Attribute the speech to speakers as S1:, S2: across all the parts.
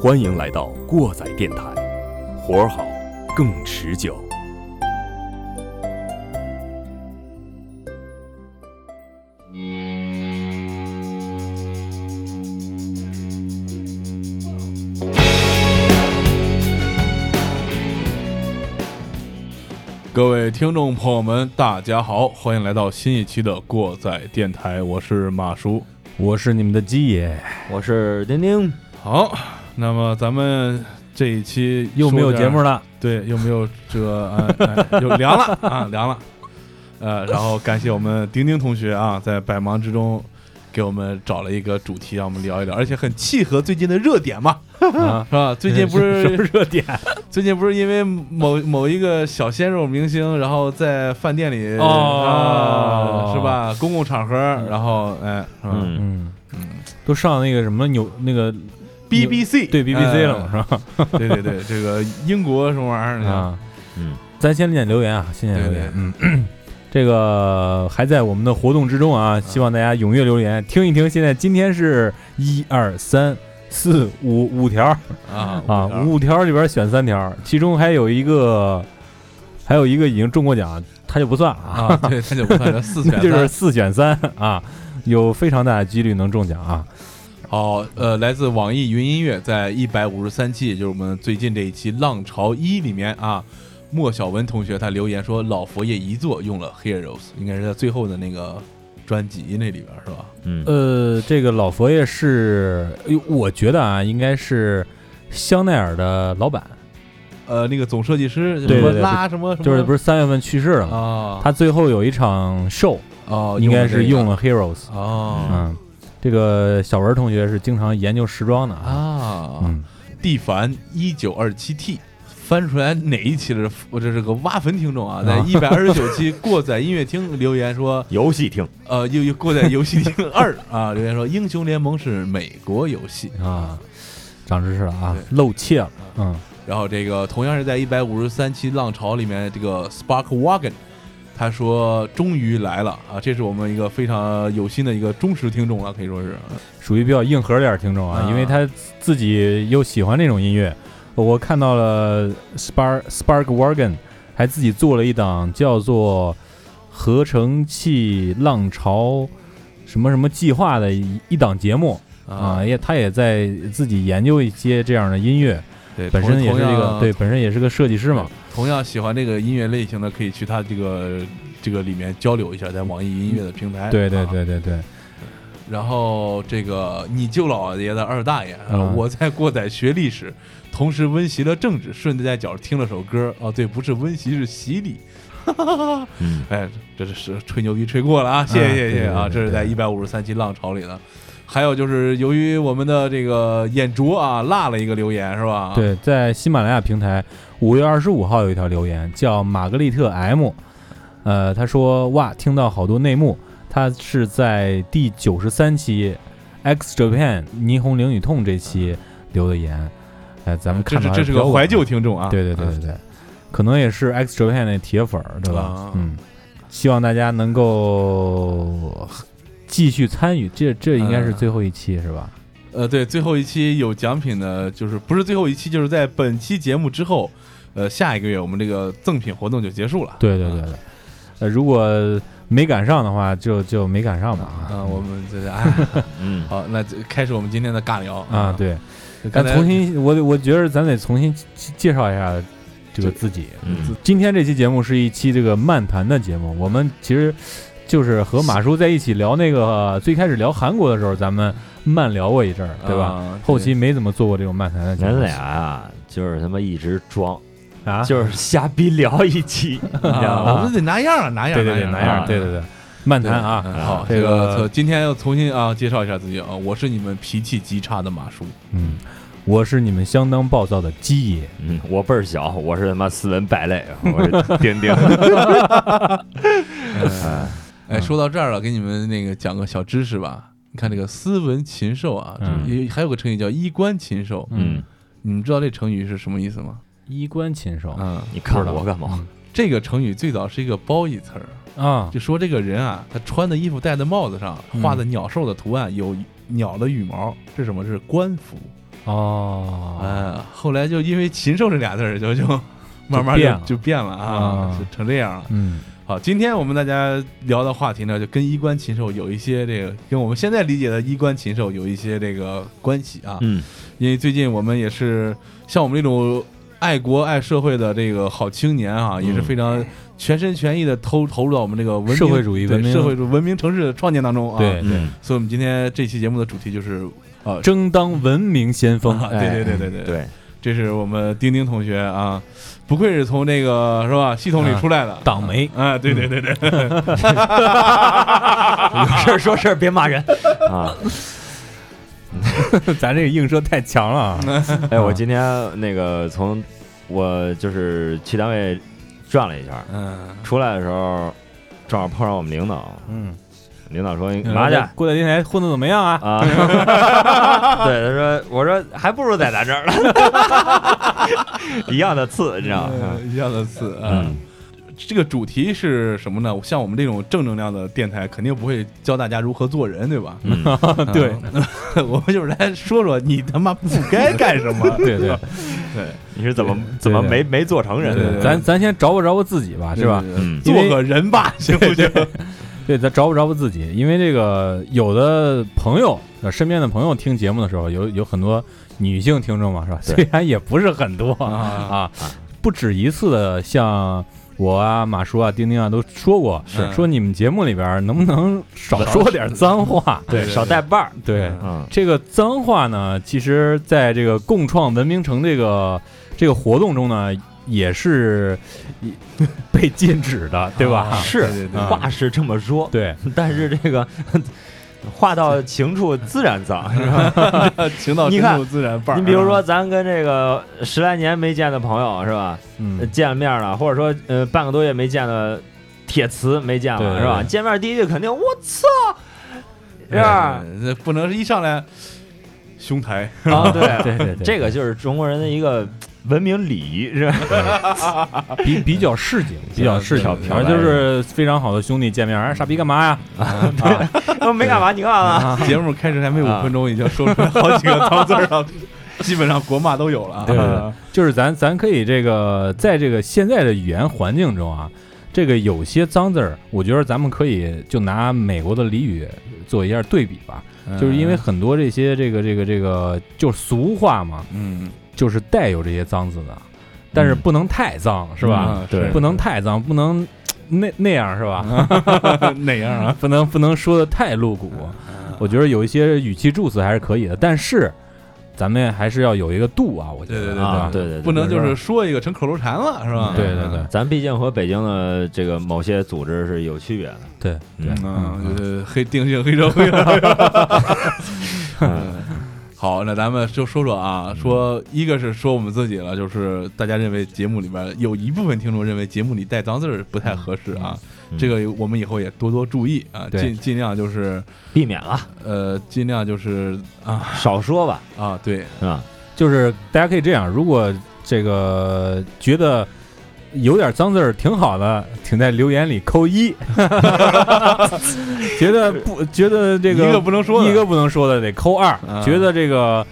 S1: 欢迎来到过载电台，活儿好，更持久。
S2: 各位听众朋友们，大家好，欢迎来到新一期的过载电台，我是马叔。
S3: 我是你们的鸡爷，
S4: 我是丁丁，
S2: 好，那么咱们这一期
S3: 又没有节目
S2: 了，
S3: 了，
S2: 对，又没有这个，哎哎、又凉了啊，凉了。呃，然后感谢我们丁丁同学啊，在百忙之中给我们找了一个主题，让我们聊一聊，而且很契合最近的热点嘛，
S3: 啊
S2: 是吧？ 最近 不
S3: 什么
S2: 是
S3: 热点？
S2: 最近不是因为某某一个小鲜肉明星，然后在饭店里
S3: 哦
S2: 啊是吧？公共场合，然后哎，是吧
S4: 嗯
S3: 嗯都上那个什么纽那个
S2: BBC
S3: 对 BBC 了嘛，
S2: 哎
S3: 是吧？
S2: 对对对，这个英国什么玩意儿
S3: 啊，
S4: 嗯，
S3: 咱先念留言啊，先念留言
S2: 对对，
S3: 嗯。 这个还在我们的活动之中啊，希望大家踊跃留言，听一听。现在今天是一二三四五五条
S2: 啊
S3: 啊，五条里边选三条，其中还有一个，还有一个已经中过奖，他就不算了啊。
S2: 啊，对，他就不算这四选
S3: 那
S2: 三，
S3: 就是四选三啊，有非常大的几率能中奖啊。
S2: 好，呃，来自网易云音乐在一百五十三期，也就是我们最近这一期《浪潮一》里面啊，莫小文同学他留言说，老佛爷一座用了 Heroes，应该是在最后的那个专辑那里边是吧？
S4: 嗯，
S3: 呃，这个老佛爷是，哎呦我觉得啊，应该是香奈儿的老板，
S2: 呃，那个总设计师
S3: 对
S2: 什么
S3: 对对
S2: 拉什么什么，
S3: 就是不
S2: 是
S3: 是三月份去世了吗？
S2: 嗯啊，
S3: 他最后有一场 show，
S2: 哦，
S3: 应该是用
S2: 了
S3: 了 Heroes。
S2: 这个哦
S3: 嗯，这个小文同学是经常研究时装的啊。
S2: 啊，
S3: 嗯，
S2: 蒂凡一九二七 T。翻出来哪一期了？我这是个挖坟听众啊，在
S3: 啊
S2: 一百二十九期过载音乐厅留言说，
S4: 游戏厅，
S2: 呃，又又过载游戏厅二啊，留言说《英雄联盟》是美国游戏
S3: 啊，长知识了啊，
S2: 对
S3: 露怯了。嗯，
S2: 然后这个同样是在一百五十三期浪潮里面，这个 Spark Wagon，他说终于来了啊，这是我们一个非常有心的一个忠实听众了，可以说是
S3: 属于比较硬核点儿听众啊，
S2: 啊
S3: 因为他自己又喜欢这种音乐。我看到了 Spark Spark Wagon 还自己做了一档叫做《合成器浪潮什么什么计划》的一一档节目啊，也他也在自己研究一些这样的音乐，
S2: 对，
S3: 本身也是一
S2: 同
S3: 个
S2: 样
S3: 对，本身也是个设计师嘛。
S2: 同样喜欢这个音乐类型的，可以去他这个这个里面交流一下，在网易音乐的平台，
S3: 嗯对对
S2: 啊
S3: 对对对，
S2: 然后这个你舅老爷的二大爷，啊
S3: 嗯
S2: 我在过载学历史，同时温习了政治，顺带脚听了首歌。哦，对，不是温习，是洗礼。
S4: 嗯，
S2: 哎，这是吹牛逼吹过了啊！谢谢
S3: 啊
S2: 谢
S3: 对
S2: 谢
S3: 对
S2: 啊！
S3: 对
S2: 这是在一百五十三期浪潮里的。还有就是，由于我们的这个眼拙啊，落了一个留言是吧？，
S3: 对，在喜马拉雅平台五月二十五号有一条留言叫玛格丽特 M，呃，他说哇，听到好多内幕，他是在第九十三期 X Japan 霓虹零与痛这期留的言，哎、咱们
S2: 这
S3: 看
S2: 是
S3: 到
S2: 这是个怀旧，听众啊。
S3: 对对对对对，可能也是 X Japan 那铁粉儿，对吧？
S2: 啊
S3: 嗯，希望大家能够继续参与，这这应该是
S2: 嗯
S3: 最后一期、是吧？
S2: 呃，对，最后一期有奖品的，就是不是最后一期，就是在本期节目之后，呃，下一个月我们这个赠品活动就结束了。
S3: 对对对对，呃，如果没赶上的话，就就没赶上吧啊。
S2: 啊，我们这是哎，
S4: 嗯，
S2: 好，那就开始我们今天的尬聊
S3: 啊，，对，
S2: 刚
S3: 咱
S2: 才
S3: 重新，我得我觉得咱得重新介介绍一下这个自己。
S4: 嗯，
S3: 今天这期节目是一期这个漫谈的节目，我们其实就是和马叔在一起聊那个最开始聊韩国的时候，咱们慢聊过一阵儿，对吧？
S2: 啊
S3: 后期没怎么做过这种漫谈的节
S4: 咱
S3: 目
S4: 俩啊，就是他妈一直装，
S3: 啊，
S4: 就是瞎逼聊一 期，你知
S2: 对
S4: 道
S2: 啊
S4: 吗？
S2: 我们得拿样啊，拿样，
S3: 对对对，
S2: 拿
S3: 哪样？
S4: 啊
S3: 对对对，漫谈啊，
S2: 嗯好，
S3: 这
S2: 这
S3: 个
S2: 个今天要重新啊介绍一下自己啊，我是你们脾气极差的马叔，
S3: 嗯，我是你们相当暴躁的鸡爷，
S4: 嗯，我倍儿小，我是他妈斯文败 类，我是丁丁，
S3: 嗯啊
S2: 哎，说到这儿了，给你们那个讲个小知识吧。你看这个斯文禽兽啊，
S3: 嗯
S2: 这也还有个成语叫衣冠禽兽，
S4: 嗯，
S2: 你们知道这成语是什么意思吗？
S3: 衣冠禽兽
S2: 嗯，
S4: 你看我干嘛？
S2: 这个成语最早是一个褒义词儿，
S3: 啊，
S2: 就说这个人啊，他穿的衣服、戴的帽子上
S3: 嗯
S2: 画的鸟兽的图案有鸟的羽毛，这是什么？这是官服。
S3: 哦，
S2: 哎，后来就因为“禽兽”这俩字儿，就就慢慢
S3: 变了
S2: 就就变了啊
S3: 啊，
S2: 就成这样了。
S3: 嗯，
S2: 好，今天我们大家聊的话题呢，就跟衣冠禽兽有一些这个，跟我们现在理解的衣冠禽兽有一些这个关系啊。
S4: 嗯，
S2: 因为最近我们也是像我们这种爱国爱社会的这个好青年啊，也是非常全心全意的投投入到我们这个文
S3: 嗯
S2: 明
S3: 社会主义
S2: 对
S3: 文明
S2: 社会主义文明城市的创建当中啊。
S3: 对
S4: 嗯，
S2: 所以我们今天这期节目的主题就是呃，
S3: 争当文明先锋，哎
S2: 啊对对对
S3: 嗯
S2: 对对，
S4: 对，
S2: 这是我们丁丁同学啊，不愧是从那个是吧系
S3: 嗯
S2: 统里出来的
S3: 党媒
S2: 啊，
S3: 嗯
S2: 对对对对，
S4: 有事儿说事儿，别骂人 啊！
S3: 咱这个映射太强了啊，
S4: 哎，我今天那个从我就是去单位转了一下，
S2: 嗯，
S4: 出来的时候正好碰上我们领导，
S3: 嗯，
S4: 领导说你干嘛去？
S3: 过来电台混的怎么样啊？
S4: 啊， 对，他说，我说还不如在咱这儿呢， 一样的次，你知道吗？
S2: 哎
S3: 嗯
S2: 一样的刺啊。
S4: 嗯，
S2: 这个主题是什么呢？像我们这种正能量的电台，肯定不会教大家如何做人，对吧？
S4: 嗯
S2: 啊
S3: 对，
S2: 我们就是来说说你他妈不该干什么。
S3: 对对
S2: 对，
S4: 你是怎么怎么没没做成人
S2: 对
S4: 的？
S2: 对
S3: 咱咱先着不着不自己吧，是吧？
S2: 对？对对
S4: 嗯，
S3: 因为
S2: 做个人 吧，行不行？
S3: 对，咱着不着不自己，因为这个有的朋友，呃身边的朋友听节目的时候，有有很多女性听众嘛，是吧？
S4: 对
S3: 虽然也不是很多
S2: 啊
S3: 啊，不止一次的像。我啊，马叔啊，丁丁啊，都说过，
S2: 是
S3: 说你们节目里边能不能少说点脏 话？
S2: 对
S4: 少带伴儿，
S3: 对，
S4: 嗯
S3: 这个脏话呢，其实在这个共创文明城这个这个活动中呢，也是也被禁止的，对吧？
S2: 啊
S4: 是
S2: 对对对
S4: 话是这么说，
S3: 对，
S4: 但是这个话到情处自然 脏，是吧？
S2: 情到
S4: 你
S2: 深
S4: 看
S2: 处自然伴儿。啊
S4: 你比如说，咱跟这个十来年没见的朋友，是吧？呃
S3: 嗯，
S4: 见了面了，或者说呃半个多月没见的铁磁没见
S3: 对对
S4: 了，
S3: 对
S4: 是吧？见面第一句肯定我操，是
S2: 对，
S4: 吧？
S2: 对
S3: 嗯
S2: 对不能是一上来兄台，
S4: 啊，对，
S3: 对对对，
S4: 这个就是中国人的一个文明礼仪，是 吧？
S3: 啊比比较市井，比较市
S2: 漂
S3: 井，
S2: 漂
S3: 反正就是非常好的兄弟见面，哎，傻逼干嘛呀？
S4: 我哦没干嘛，你干嘛
S3: 啊
S4: 了？
S2: 节目开始还没五分钟，已经说出来好 几个脏字儿了，基本上国骂都有了啊。
S3: 对对对就是咱咱可以这个在这个现在的语言环境中啊，这个有些脏字儿，我觉得咱们可以就拿美国的俚语做一下对比吧，
S2: 嗯
S3: 就是因为很多这些这个这个这个就是俗话嘛，
S2: 嗯，
S3: 就是带有这些脏字的，但是不能太脏，是吧？
S2: 嗯
S4: 对
S3: 不能太脏，不能那那样是吧？
S2: 哪样啊？
S3: 不能不能说的太露骨。
S2: 嗯
S3: 我觉得有一些语气助词还是可以的，但是咱们还是要有一个度啊。我觉得
S2: 对对
S4: 啊，啊
S3: 吧
S4: 对对
S2: 不
S4: 对。
S2: 能就是说一个成口头禅了，是吧？
S3: 对对对，
S4: 咱毕竟和北京的这个某些组织是有区别的，
S3: 对
S4: 嗯
S2: 啊嗯，就是黑定性黑社会了。 好，那咱们就说说啊，说一个是说我们自己了，就是大家认为节目里边有一部分听众认为节目里带脏字儿不太合适啊，
S4: 嗯
S2: 这个我们以后也多多注意啊，
S3: 对
S2: 尽尽量就是
S4: 避免了，
S2: 呃，尽量就是啊
S4: 少说吧，
S2: 啊，对，
S4: 是吧？
S3: 就是大家可以这样，如果这个觉得。有点脏字儿挺好的，请在留言里扣一。 觉得不觉得这
S2: 一个不能说的
S3: 一个不能说的得扣二
S2: 啊，
S3: 觉得这个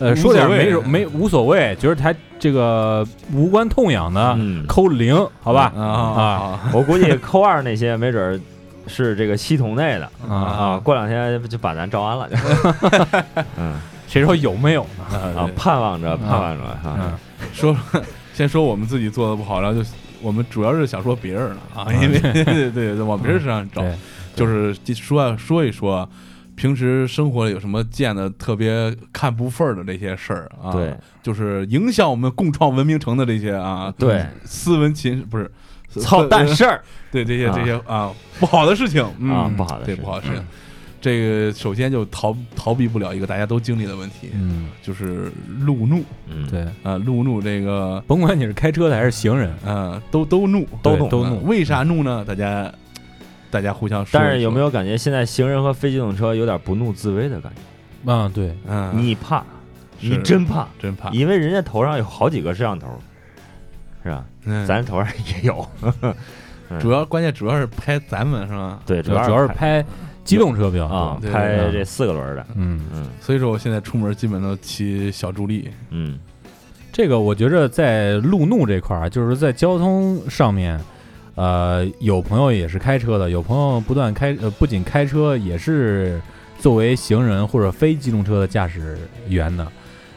S2: 无
S3: 呃
S2: 所
S3: 说
S2: 谓
S3: 点没有没无所谓，觉得他这个无关痛痒的
S4: 嗯，
S3: 扣零，好吧
S2: 啊
S3: 啊
S2: 啊
S4: 我估计扣二那些没准儿是这个系统内的
S3: 啊，
S4: 啊，过两天就把咱招安了就。啊嗯
S3: 谁说有没有呢？
S4: 啊
S2: 啊，，
S4: 盼望着，盼望着
S3: 嗯
S4: 啊，
S2: 说说，先说我们自己做的不好，然后就我们主要是想说别人的啊，因为 对对对，往别人身上找，
S3: 对
S2: 就是说啊说一说，平时生活里有什么见的特别看不顺儿的这些事儿啊，
S4: 对，
S2: 就是影响我们共创文明城的这些啊，
S4: 对，
S2: 斯文禽不是。呃
S4: 操蛋事儿
S2: 对这些
S4: 啊
S2: 这些啊不好的事情 嗯
S4: 啊不好的
S2: 对
S4: 事
S2: 不好的事情，这个首先就逃逃避不了一个大家都经历的问题，
S3: 嗯
S2: 就是路怒
S4: 嗯，
S3: 对，
S2: 啊，路怒这个
S3: 甭管你是开车的还是行人，
S2: 呃都都怒
S3: 都
S2: 对
S3: 怒都
S2: 啊
S3: 怒
S2: 为啥怒呢？大家大家互相说一说，
S4: 但是有没有感觉现在行人和非机动车有点不怒自威的感觉？
S3: 啊对，
S2: 嗯
S4: 你怕你
S2: 是
S4: 真怕，
S2: 真怕，
S4: 因为人家头上有好几个摄像头，是吧？
S2: 嗯
S4: 咱头上也有，
S2: 主要关键主要是拍咱们是吧？
S4: 对，
S3: 主
S4: 要
S3: 要是拍机动车比较多。
S4: 啊，
S2: 对
S4: 拍
S3: 对
S4: 这四个轮儿的，
S3: 嗯，
S4: 嗯
S2: 所以说我现在出门基本都骑小助力，
S4: 嗯
S3: 这个我觉着在路怒这块儿，就是在交通上面，呃，有朋友也是开车的，有朋友不断开，呃，不仅开车，也是作为行人或者非机动车的驾驶员的。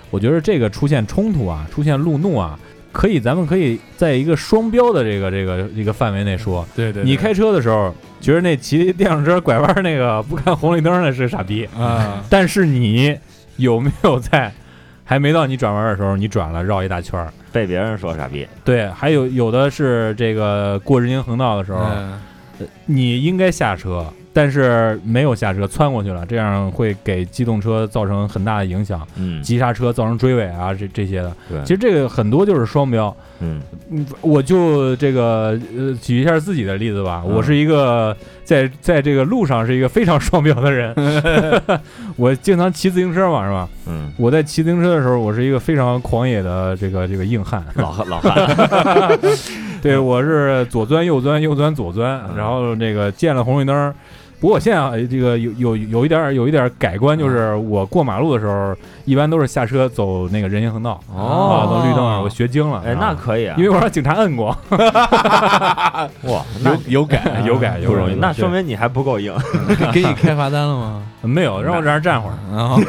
S3: 我觉得这个出现冲突啊，出现路怒啊，可以，咱们可以在一个双标的这个这个这个范围内说，
S2: 对对，
S3: 你
S2: 对
S3: 开车的时候觉得那骑电动车拐弯那个 不看红绿灯的是傻逼，
S2: 啊，
S3: 但是你有没有在还没到你转弯的时候，你转了绕一大圈儿？
S4: 被别人说傻逼，
S3: 对，还有有的是这个过人行横道的时候，
S2: 嗯
S3: 你应该下车，但是没有下车，窜过去了，这样会给机动车造成很大的影响，
S4: 嗯，
S3: 急刹车造成追尾啊，这这些的。
S4: 对，
S3: 其实这个很多就是双标。
S4: 嗯
S3: 嗯，我就这个呃，举一下自己的例子吧。
S4: 嗯
S3: 我是一个在在这个路上是一个非常双标的人， 我经常骑自行车嘛，是吧？
S4: 嗯，
S3: 我在骑自行车的时候，我是一个非常狂野的这个这个硬 汉，
S4: 老汉老汉，
S3: 对我是左钻右钻右钻左钻，
S4: 嗯
S3: 然后那个见了红绿灯儿。不过我现在啊这个有有有一点儿有一点儿改观，就是我过马路的时候，一般都是下车走那个人行横道，啊，
S4: 哦
S3: 走绿灯啊，我学精 了。
S4: 哎，那
S3: 啊
S4: 可以啊，
S3: 因为我让警察摁过，
S4: 哇，那
S2: 有 有改
S3: 有改有
S4: 不容易，
S3: 改
S4: 那
S3: 对
S4: 说明你还不够硬，
S2: 给你开罚单 了吗？
S3: 没有让我这儿站会儿，
S2: 然后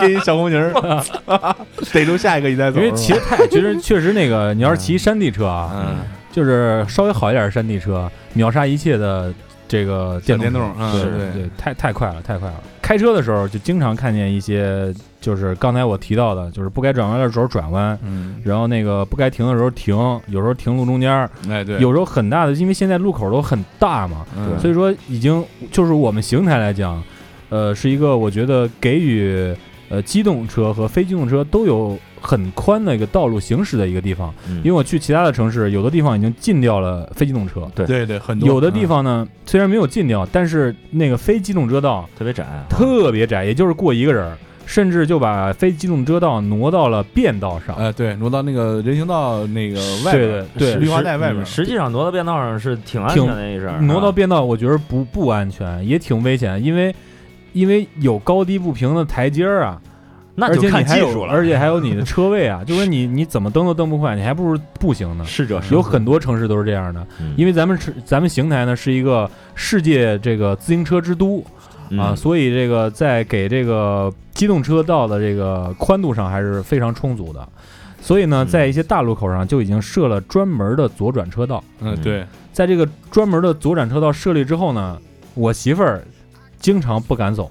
S2: 给你小红旗儿， 逮住下一个你再走
S3: 因为骑
S2: 是吧
S3: 的太，其实确实那个，你要是骑山地车啊，
S2: 嗯，
S3: 就是稍微好一点的山地车，秒杀一切的这个
S2: 小
S3: 电
S2: 电
S3: 动
S2: 动，嗯，
S3: 对
S2: 对，
S3: 对，太太快了，太快了。开车的时候就经常看见一些，就是刚才我提到的，就是不该转弯的时候转弯，
S2: 嗯，
S3: 然后那个不该停的时候停，有时候停路中间儿，
S2: 哎对，
S3: 有时候很大的，因为现在路口都很大嘛，
S2: 嗯，
S3: 所以说已经就是我们邢台来讲，呃，是一个我觉得给予呃机动车和非机动车都有很宽的一个道路行驶的一个地方。
S4: 嗯
S3: 因为我去其他的城市，有的地方已经禁掉了非机动车，
S2: 对对很多
S3: 有的地
S2: 嗯
S3: 方呢虽然没有禁掉，但是那个非机动车道
S4: 特别窄，啊
S3: 特别窄，也就是过一个人儿，甚至就把非机动车道挪到了便道上。
S4: 哎
S2: 呃，对，挪到那个人行道那个外边儿，
S3: 对
S2: 绿化带外边
S4: 面，
S2: 儿，
S4: 实际上挪到便道上是挺安全的一事儿，
S3: 挪到
S4: 啊
S3: 便道，我觉得不不安全，也挺危险，因为因为有高低不平的台阶儿啊，
S4: 那
S3: 而且
S4: 就
S3: 你
S4: 看
S3: 还
S4: 技
S3: 有，
S4: 术了，
S3: 而且还有你的车位 啊，就是你你怎么蹬都蹬不快，你还不如步行呢。
S4: 是这
S3: 有很多城市都是这样的，
S4: 嗯
S3: 因为咱们是咱们邢台呢是一个世界这个自行车之都
S4: 为
S3: 啊，所以这个在给这个机动车道的这个宽度上还是非常充足的，所以呢，
S4: 嗯
S3: 在一些大路口上就已经设了专门的左转车道。
S2: 嗯，对，
S3: 在这个专门的左转车道设立之后呢，我媳妇儿经常不敢走，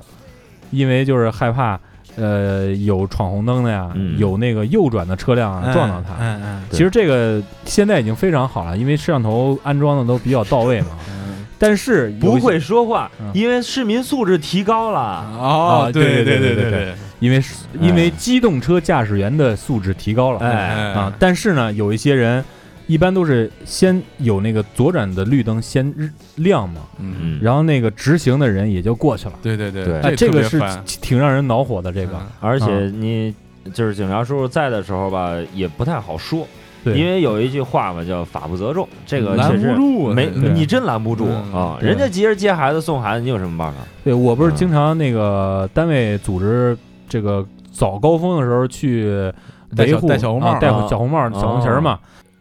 S3: 因为就是害怕，呃，有闯红灯的呀，
S4: 嗯哎
S3: 有那个右转的车辆啊撞到她。
S2: 嗯嗯
S3: 其实这个现在已经非常好了，因为摄像头安装的都比较到位 嘛。
S2: 嗯，
S3: 但是有
S4: 不
S3: 一些，
S4: 会说话
S3: 嗯，
S4: 因为市民素质提高了。
S2: 哦
S3: 啊，对
S2: 对
S3: 对
S2: 对
S3: 对
S2: 对
S3: 对因为因为机动车驾驶员的素质提高了，
S4: 哎
S2: 嗯
S3: 啊，，但是呢，有一些人一般都是先有那个左转的绿灯先亮嘛，
S2: 嗯，
S3: 然后那个直行的人也就过去了。
S2: 对对对
S4: 对
S3: 哎，这
S2: 特
S3: 个
S2: 别
S3: 是
S2: 烦
S3: 挺挺让人恼火的，这个
S2: 嗯
S4: 而且
S3: 啊
S4: 你就是警察叔叔在的时候吧，也不太好说，
S3: 对
S4: 因为有一句话嘛，叫“法不责众”，这个
S2: 拦
S4: 确
S2: 不
S4: 实
S2: 住啊，
S4: 没
S2: 对
S3: 对
S4: 你真拦不住
S2: 嗯
S4: 啊。
S3: 对
S4: 人家急着接孩子送孩子，你有什么办法？
S3: 对我不是
S4: 嗯
S3: 经常那个单位组织这个早高峰的时候去
S2: 戴
S3: 维
S2: 小
S3: 护
S2: 戴小红帽
S3: 啊戴
S4: 啊
S3: 小红帽、小红旗儿嘛，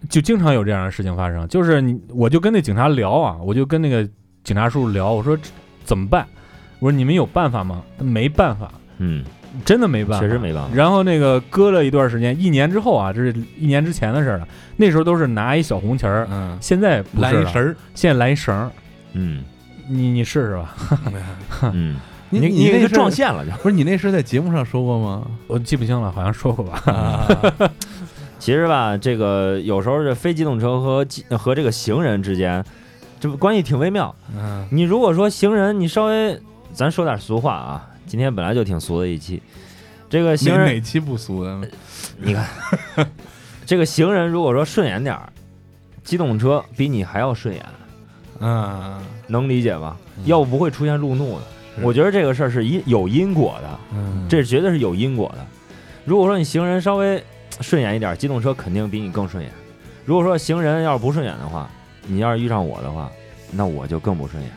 S3: 就经常有这样的事情发生。就是你，我就跟那警察聊啊，我就跟那个警察叔叔聊，我说这怎么办？我说你们有办法吗？没办法，
S4: 嗯，
S3: 真的没办 法，
S4: 确实没办法。
S3: 然后那个搁了一段时间，一年之后啊，这是一年之前的事儿了。那时候都是拿一小红旗儿，
S2: 嗯，
S3: 现在不
S2: 拦
S3: 是
S2: 一
S3: 了
S2: 神，儿，
S3: 现在来一绳儿，
S4: 嗯
S3: 你你试试吧，
S4: 嗯，
S2: 你
S4: 你
S2: 那
S4: 个
S2: 个
S4: 撞线了就。
S2: 不是你那是在节目上说过吗？
S3: 我记不清了，好像说过吧？
S2: 啊，
S4: 其实吧，这个有时候这非机动车和机和这个行人之间，这不关系挺微妙。
S2: 嗯
S4: 你如果说行人，你稍微咱说点俗话啊，今天本来就挺俗的一期，这个 行
S2: 哪
S4: 人
S2: 哪期不俗的？
S4: 你看，这个行人如果说顺眼点儿，机动车比你还要顺眼，
S2: 嗯，
S4: 能理解吗？要不不会出现路怒的。
S2: 是
S4: 我觉得这个事儿是因有因果的，
S2: 嗯
S4: 这绝对是有因果的。如果说你行人稍微顺眼一点，机动车肯定比你更顺眼。如果说行人要是不顺眼的话，你要是遇上我的话，那我就更不顺眼。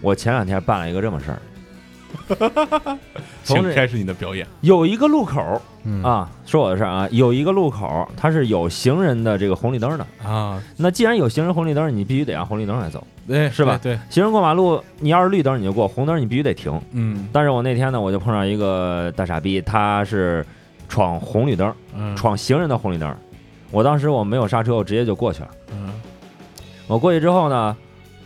S4: 我前两天办了一个这么事儿，从
S2: 请
S4: 这
S2: 开始你的表演。
S4: 有一个路口
S3: 嗯，
S4: 啊，说我的事儿啊，有一个路口它是有行人的这个红绿灯的。
S2: 啊，
S4: 那既然有行人红绿灯，你必须得按红绿灯来走。
S2: 对，
S4: 是吧
S2: 对，对
S4: 行人过马路，你要是绿灯你就过，红灯你必须得停。
S2: 嗯
S4: 但是我那天呢，我就碰上一个大傻逼，他是闯红绿灯，
S2: 嗯，
S4: 闯行人的红绿灯。我当时我没有刹车，我直接就过去了。
S2: 嗯，
S4: 我过去之后呢，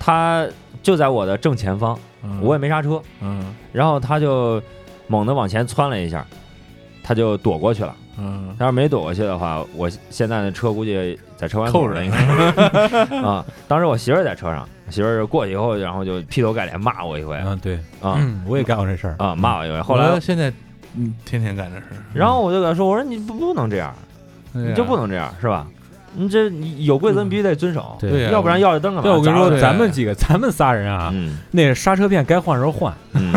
S4: 他就在我的正前方，
S2: 嗯
S4: 我也没刹车，
S2: 嗯
S4: 然后他就猛地往前窜了一下，他就躲过去了。
S2: 嗯
S4: 他要是没躲过去的话，我现在的车估计在车弯
S2: 扣
S4: 口
S2: 着
S4: 呢
S2: 呢
S4: 应该 啊。当时我媳妇儿在车上，我媳妇儿过去以后，然后就劈头盖脸骂我一回啊
S3: 嗯，对，
S4: 啊、
S3: 嗯，我也干过这事儿，
S4: 骂我一回。后
S2: 后
S4: 来
S2: 来，现在嗯天天干这事儿，
S4: 然后我就跟他说：“我说你不不能这样，
S2: 你
S4: 你就不
S3: 啊
S4: 能这样是吧？你这你有规则你必须得遵守，
S3: 嗯对啊
S2: 对呀，
S4: 要不然要这灯干嘛？
S3: 对，我跟你说，
S2: 对
S3: 咱们几个，咱们仨人
S4: 砸
S3: 啊
S4: 了，嗯
S3: 那刹车片该换的时候换，
S4: 嗯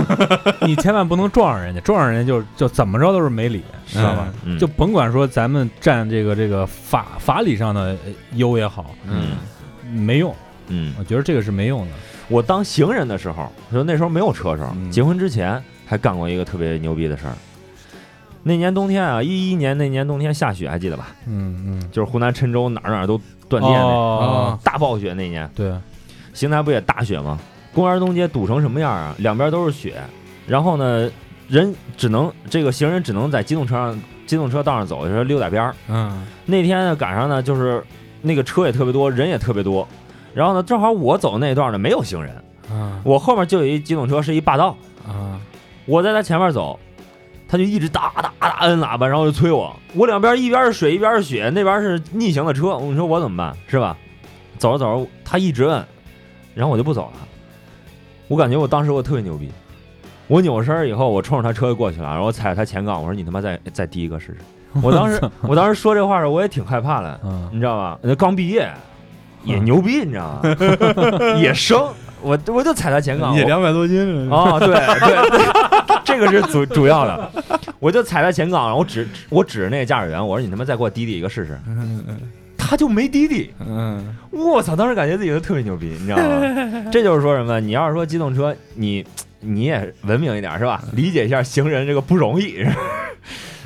S3: 你千万不能撞上人家，撞上人家就就怎么着都是没理，
S2: 啊
S3: 知道吧？
S4: 嗯，
S3: 就甭管说咱们占这个这个法法理上的呃优也好，
S4: 嗯
S3: 没用，
S4: 嗯。
S3: 我觉得这个是没用的。
S4: 我当行人的时候，就那时候没有车时候，
S2: 嗯
S4: 结婚之前还干过一个特别牛逼的事儿。那年冬天啊，一一年那年冬天下雪还记得吧？
S3: 嗯嗯，
S4: 就是湖南郴州哪儿哪儿都断电那、
S3: 哦，
S2: 啊
S4: 大暴雪那年，
S3: 对，
S4: 邢台不也大雪吗？公园东街堵成什么样啊？两边都是雪，然后呢，人只能这个行人只能在机动车上、机动车道上走，就是溜达边儿。
S2: 嗯
S4: 那天呢赶上呢，就是那个车也特别多，人也特别多。然后呢，正好我走那段呢没有行人，
S2: 啊
S4: 我后面就有一机动车，是一霸道，
S2: 啊
S4: 我在他前面走，他就一直哒哒哒摁喇叭，然后就催我。我两边一边是水，一边是雪，那边是逆行的车，你说我怎么办？是吧？走着走着，他一直摁，然后我就不走了。我感觉我当时我特别牛逼，我扭身儿以后，我冲着他车就过去了，然后我踩着他前杠，我说你他妈再再第一个试试。我当时我当时说这话的时候，我也挺害怕的，
S3: 嗯
S4: 你知道吧？那刚毕业也牛逼，你知道吗？ 也生，我我就踩他前杠，
S2: 也
S4: 我
S2: 两百多斤了，
S4: 哦，对对对，这个是主主要的。我就踩在前杠，然后我指指我指着那个驾驶员，我说你他妈再给我滴滴一个试试。
S2: 嗯嗯
S4: 他就没滴滴，
S2: 嗯
S4: 我操！当时感觉自己都特别牛逼，你知道 吗？这就是说什么？你要是说机动车，你你也文明一点是吧？理解一下行人这个不容易，是吧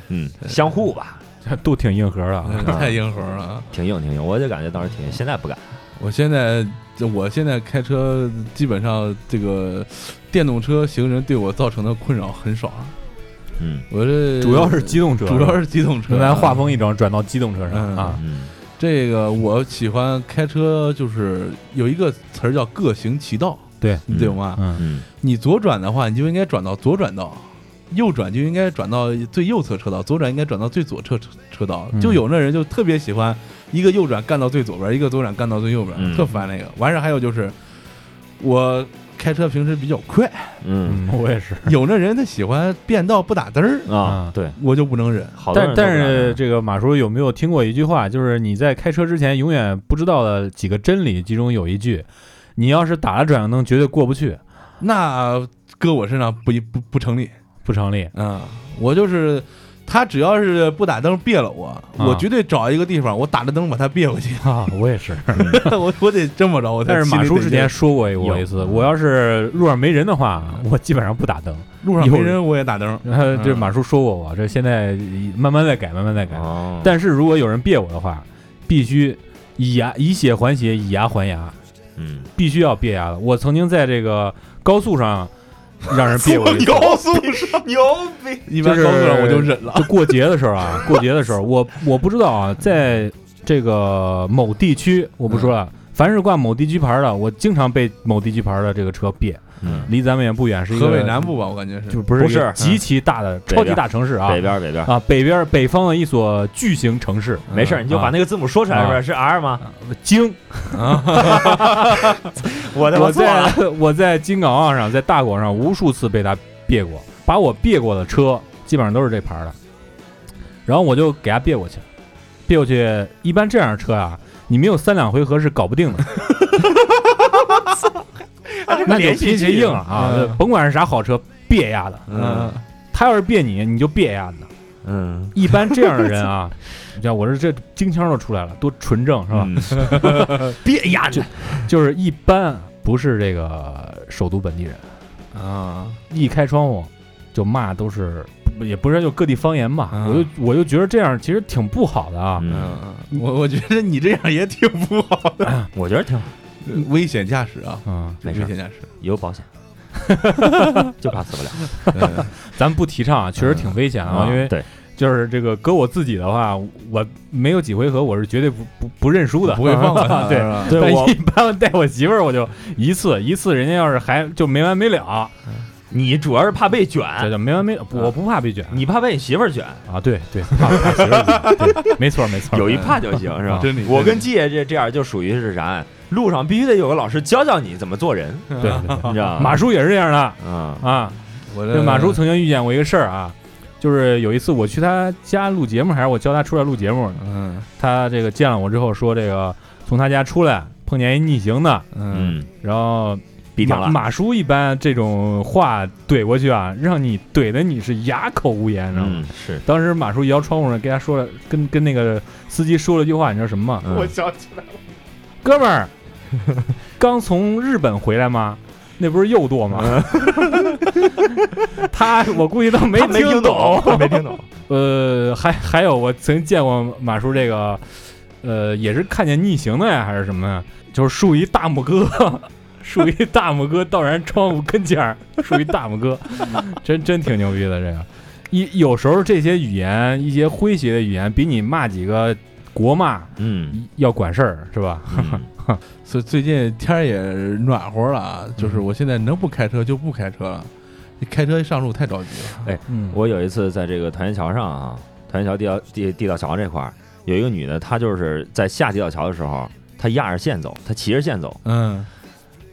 S4: 嗯， 相互吧，
S3: 都挺硬核的啊。
S2: 嗯， 太硬核了啊。
S4: 挺硬挺硬。我就感觉当时挺硬，现在不敢。
S2: 我现在，我现在开车基本上这个电动车行人对我造成的困扰很少啊。
S4: 嗯
S2: 我这
S3: 主要是机动车，
S2: 主要是机 动车，
S3: 咱画风一转，转到机动车上
S2: 嗯
S3: 啊。
S4: 嗯
S2: 这个我喜欢开车，就是有一个词儿叫各行其道，
S3: 对，
S2: 你懂吗？
S3: 嗯，
S4: 嗯
S2: 你左转的话，你就应该转到左转道；右转就应该转到最右侧车道，左转应该转到最左侧车车道。
S3: 嗯
S2: 就有那人就特别喜欢一个右转干到最左边，一个左转干到最右边，
S4: 嗯
S2: 特烦那个。完事儿还有就是，我开车平时比较快，
S4: 嗯
S3: 嗯我也是
S2: 有那人他喜欢变道不打灯儿，
S4: 啊，对，
S2: 我就不能忍。
S4: 好多
S3: 但
S4: 人都不
S3: 嗯但
S4: 敢啊
S3: 是
S4: 的
S3: 这个马叔有没有听过一句话，就是你在开车之前永远不知道的几个真理，其中有一句，你要是打了转向灯，绝对过不去，
S2: 那搁我身上不一不不成立
S3: 不成 立。
S2: 啊、我就是。他只要是不打灯别了我，我
S3: 啊
S2: 绝对找一个地方，我打着灯把他别回去。
S3: 啊，我也是。
S2: 我我得这么着，我 才
S3: 但是马
S2: 心里
S3: 叔
S2: 得
S3: 之前说过我
S4: 有
S3: 一次，我要是路上没人的话，我基本上不打灯。
S2: 路上没人我也打灯。，
S3: 然
S4: 嗯
S3: 后就是马叔说过我，这现在慢慢在改，慢慢在改。
S4: 哦，
S3: 但是如果有人别我的话，必须以牙以血还血，以牙还牙，
S4: 嗯
S3: 必须要别牙的。我曾经在这个高速上让人别我一次
S2: 速上牛逼，一般高速上我就忍了。
S3: 就过节的时候 啊，过节的时候，我我不知道啊，在这个某地区，我不说了，
S4: 嗯
S3: 凡是挂某地区牌的，我经常被某地区牌的这个车别。
S4: 嗯，
S3: 离咱们也不远，是一个
S2: 河北南部吧，我感觉是
S3: 就不是
S4: 不
S3: 一个
S4: 是嗯
S3: 极其大的、
S4: 北
S3: 超级
S4: 边
S3: 大城市啊
S4: 北边儿北边儿。
S3: 啊，北边儿北方的一所巨型城市，
S4: 没事儿，你就把那个字母说出来，
S3: 啊
S4: 是不是？是 R 吗？
S3: 京。
S4: 哎我
S3: 我在 我在京港澳上，在大广上无数次被他别过，把我别过的车基本上都是这牌儿的，然后我就给他别过去，别过去，一般这样的车啊，你没有三两回合是搞不定的。那就拼谁硬了啊！
S2: 嗯
S3: 甭管是啥好车，别压的。
S2: 嗯
S3: 他要是别你，你就别压的。
S4: 嗯，
S3: 一般这样的人啊， 你像我这这京腔都出来了，多纯正是吧？
S4: 嗯？别压着，
S3: 就是一般不是这个首都本地人，
S2: 啊，
S3: 一开窗户就骂都是，不也不是就各地方言吧。
S2: 嗯
S3: 我就我就觉得这样其实挺不好的啊。
S4: 嗯，
S2: 嗯，我我觉得你这样也挺不好的，
S4: 我觉得挺好，
S2: 危险驾驶啊，
S3: 嗯，
S4: 没
S2: 危
S4: 事儿
S2: 险驾驶，
S4: 有保险， 就怕死不了
S2: 嗯
S3: 咱们不提倡啊，确实挺危险啊，因为
S4: 嗯对，
S3: 就是这个搁我自己的话，我没有几回合我是绝对不不不认输的，
S2: 不会放过他
S3: 对
S2: 是吧
S4: 对
S3: 但
S4: 我
S3: 一般带我媳妇儿，我就一次一次，人家要是还就没完没了，
S4: 你主要是怕被卷，
S3: 这就没完没了。
S4: 嗯
S3: 我不怕被卷
S4: 你怕被你媳妇儿卷，
S3: 啊，对 对，怕怕媳妇儿卷，对，没错没错，
S4: 有一怕就行，是吧？
S2: 真理
S4: 我跟季爷这这样就属于是啥？路上必须得有个老师教教你怎么做人，
S3: 对对 对
S4: 你知道吗？
S3: 马叔也是这样的
S4: 啊，
S3: 啊。
S2: 我
S3: 对，
S2: 这
S3: 马叔
S4: 嗯
S3: 曾经遇见过一个事儿啊，就是有一次我去他家录节目，还是我叫他出来录节目，
S2: 嗯
S3: 他这个见了我之后说这个从他家出来碰见一逆行的，
S2: 嗯，
S4: 嗯，
S3: 然后
S4: 必定
S3: 马
S4: 了，
S3: 马叔一般这种话怼过去啊，让你怼的你是哑口无言，你知道吗？
S4: 嗯，是，
S3: 当时马叔摇窗户上跟他说了，跟跟那个司机说了一句话，你知道什么吗？
S4: 嗯
S2: 想起来了，
S3: 哥们儿，刚从日本回来吗？那不是右舵吗？ 他我估计都没
S4: 嗯他没
S3: 听
S4: 懂，他没听懂，
S3: 呃，还还有，我曾见过马叔这个，呃，也是看见逆行的呀，还是什么呀？就是竖一大拇哥，竖一大拇哥到人窗户跟前儿，竖一大拇哥，真真挺牛逼的这个。一有时候这些语言，一些诙谐的语言，比你骂几个国骂
S4: 嗯，
S3: 要管事儿，是吧？
S4: 嗯
S2: 所以最近天儿也暖和了啊，就是
S3: 嗯
S2: 我现在能不开车就不开车了，你开车一上路太着急了，
S3: 嗯
S4: 我有一次在这个团结桥上啊，团结桥地道地地道桥这块儿有一个女的，她就是在下地道桥的时候，她压着线走，她骑着线走，
S2: 嗯，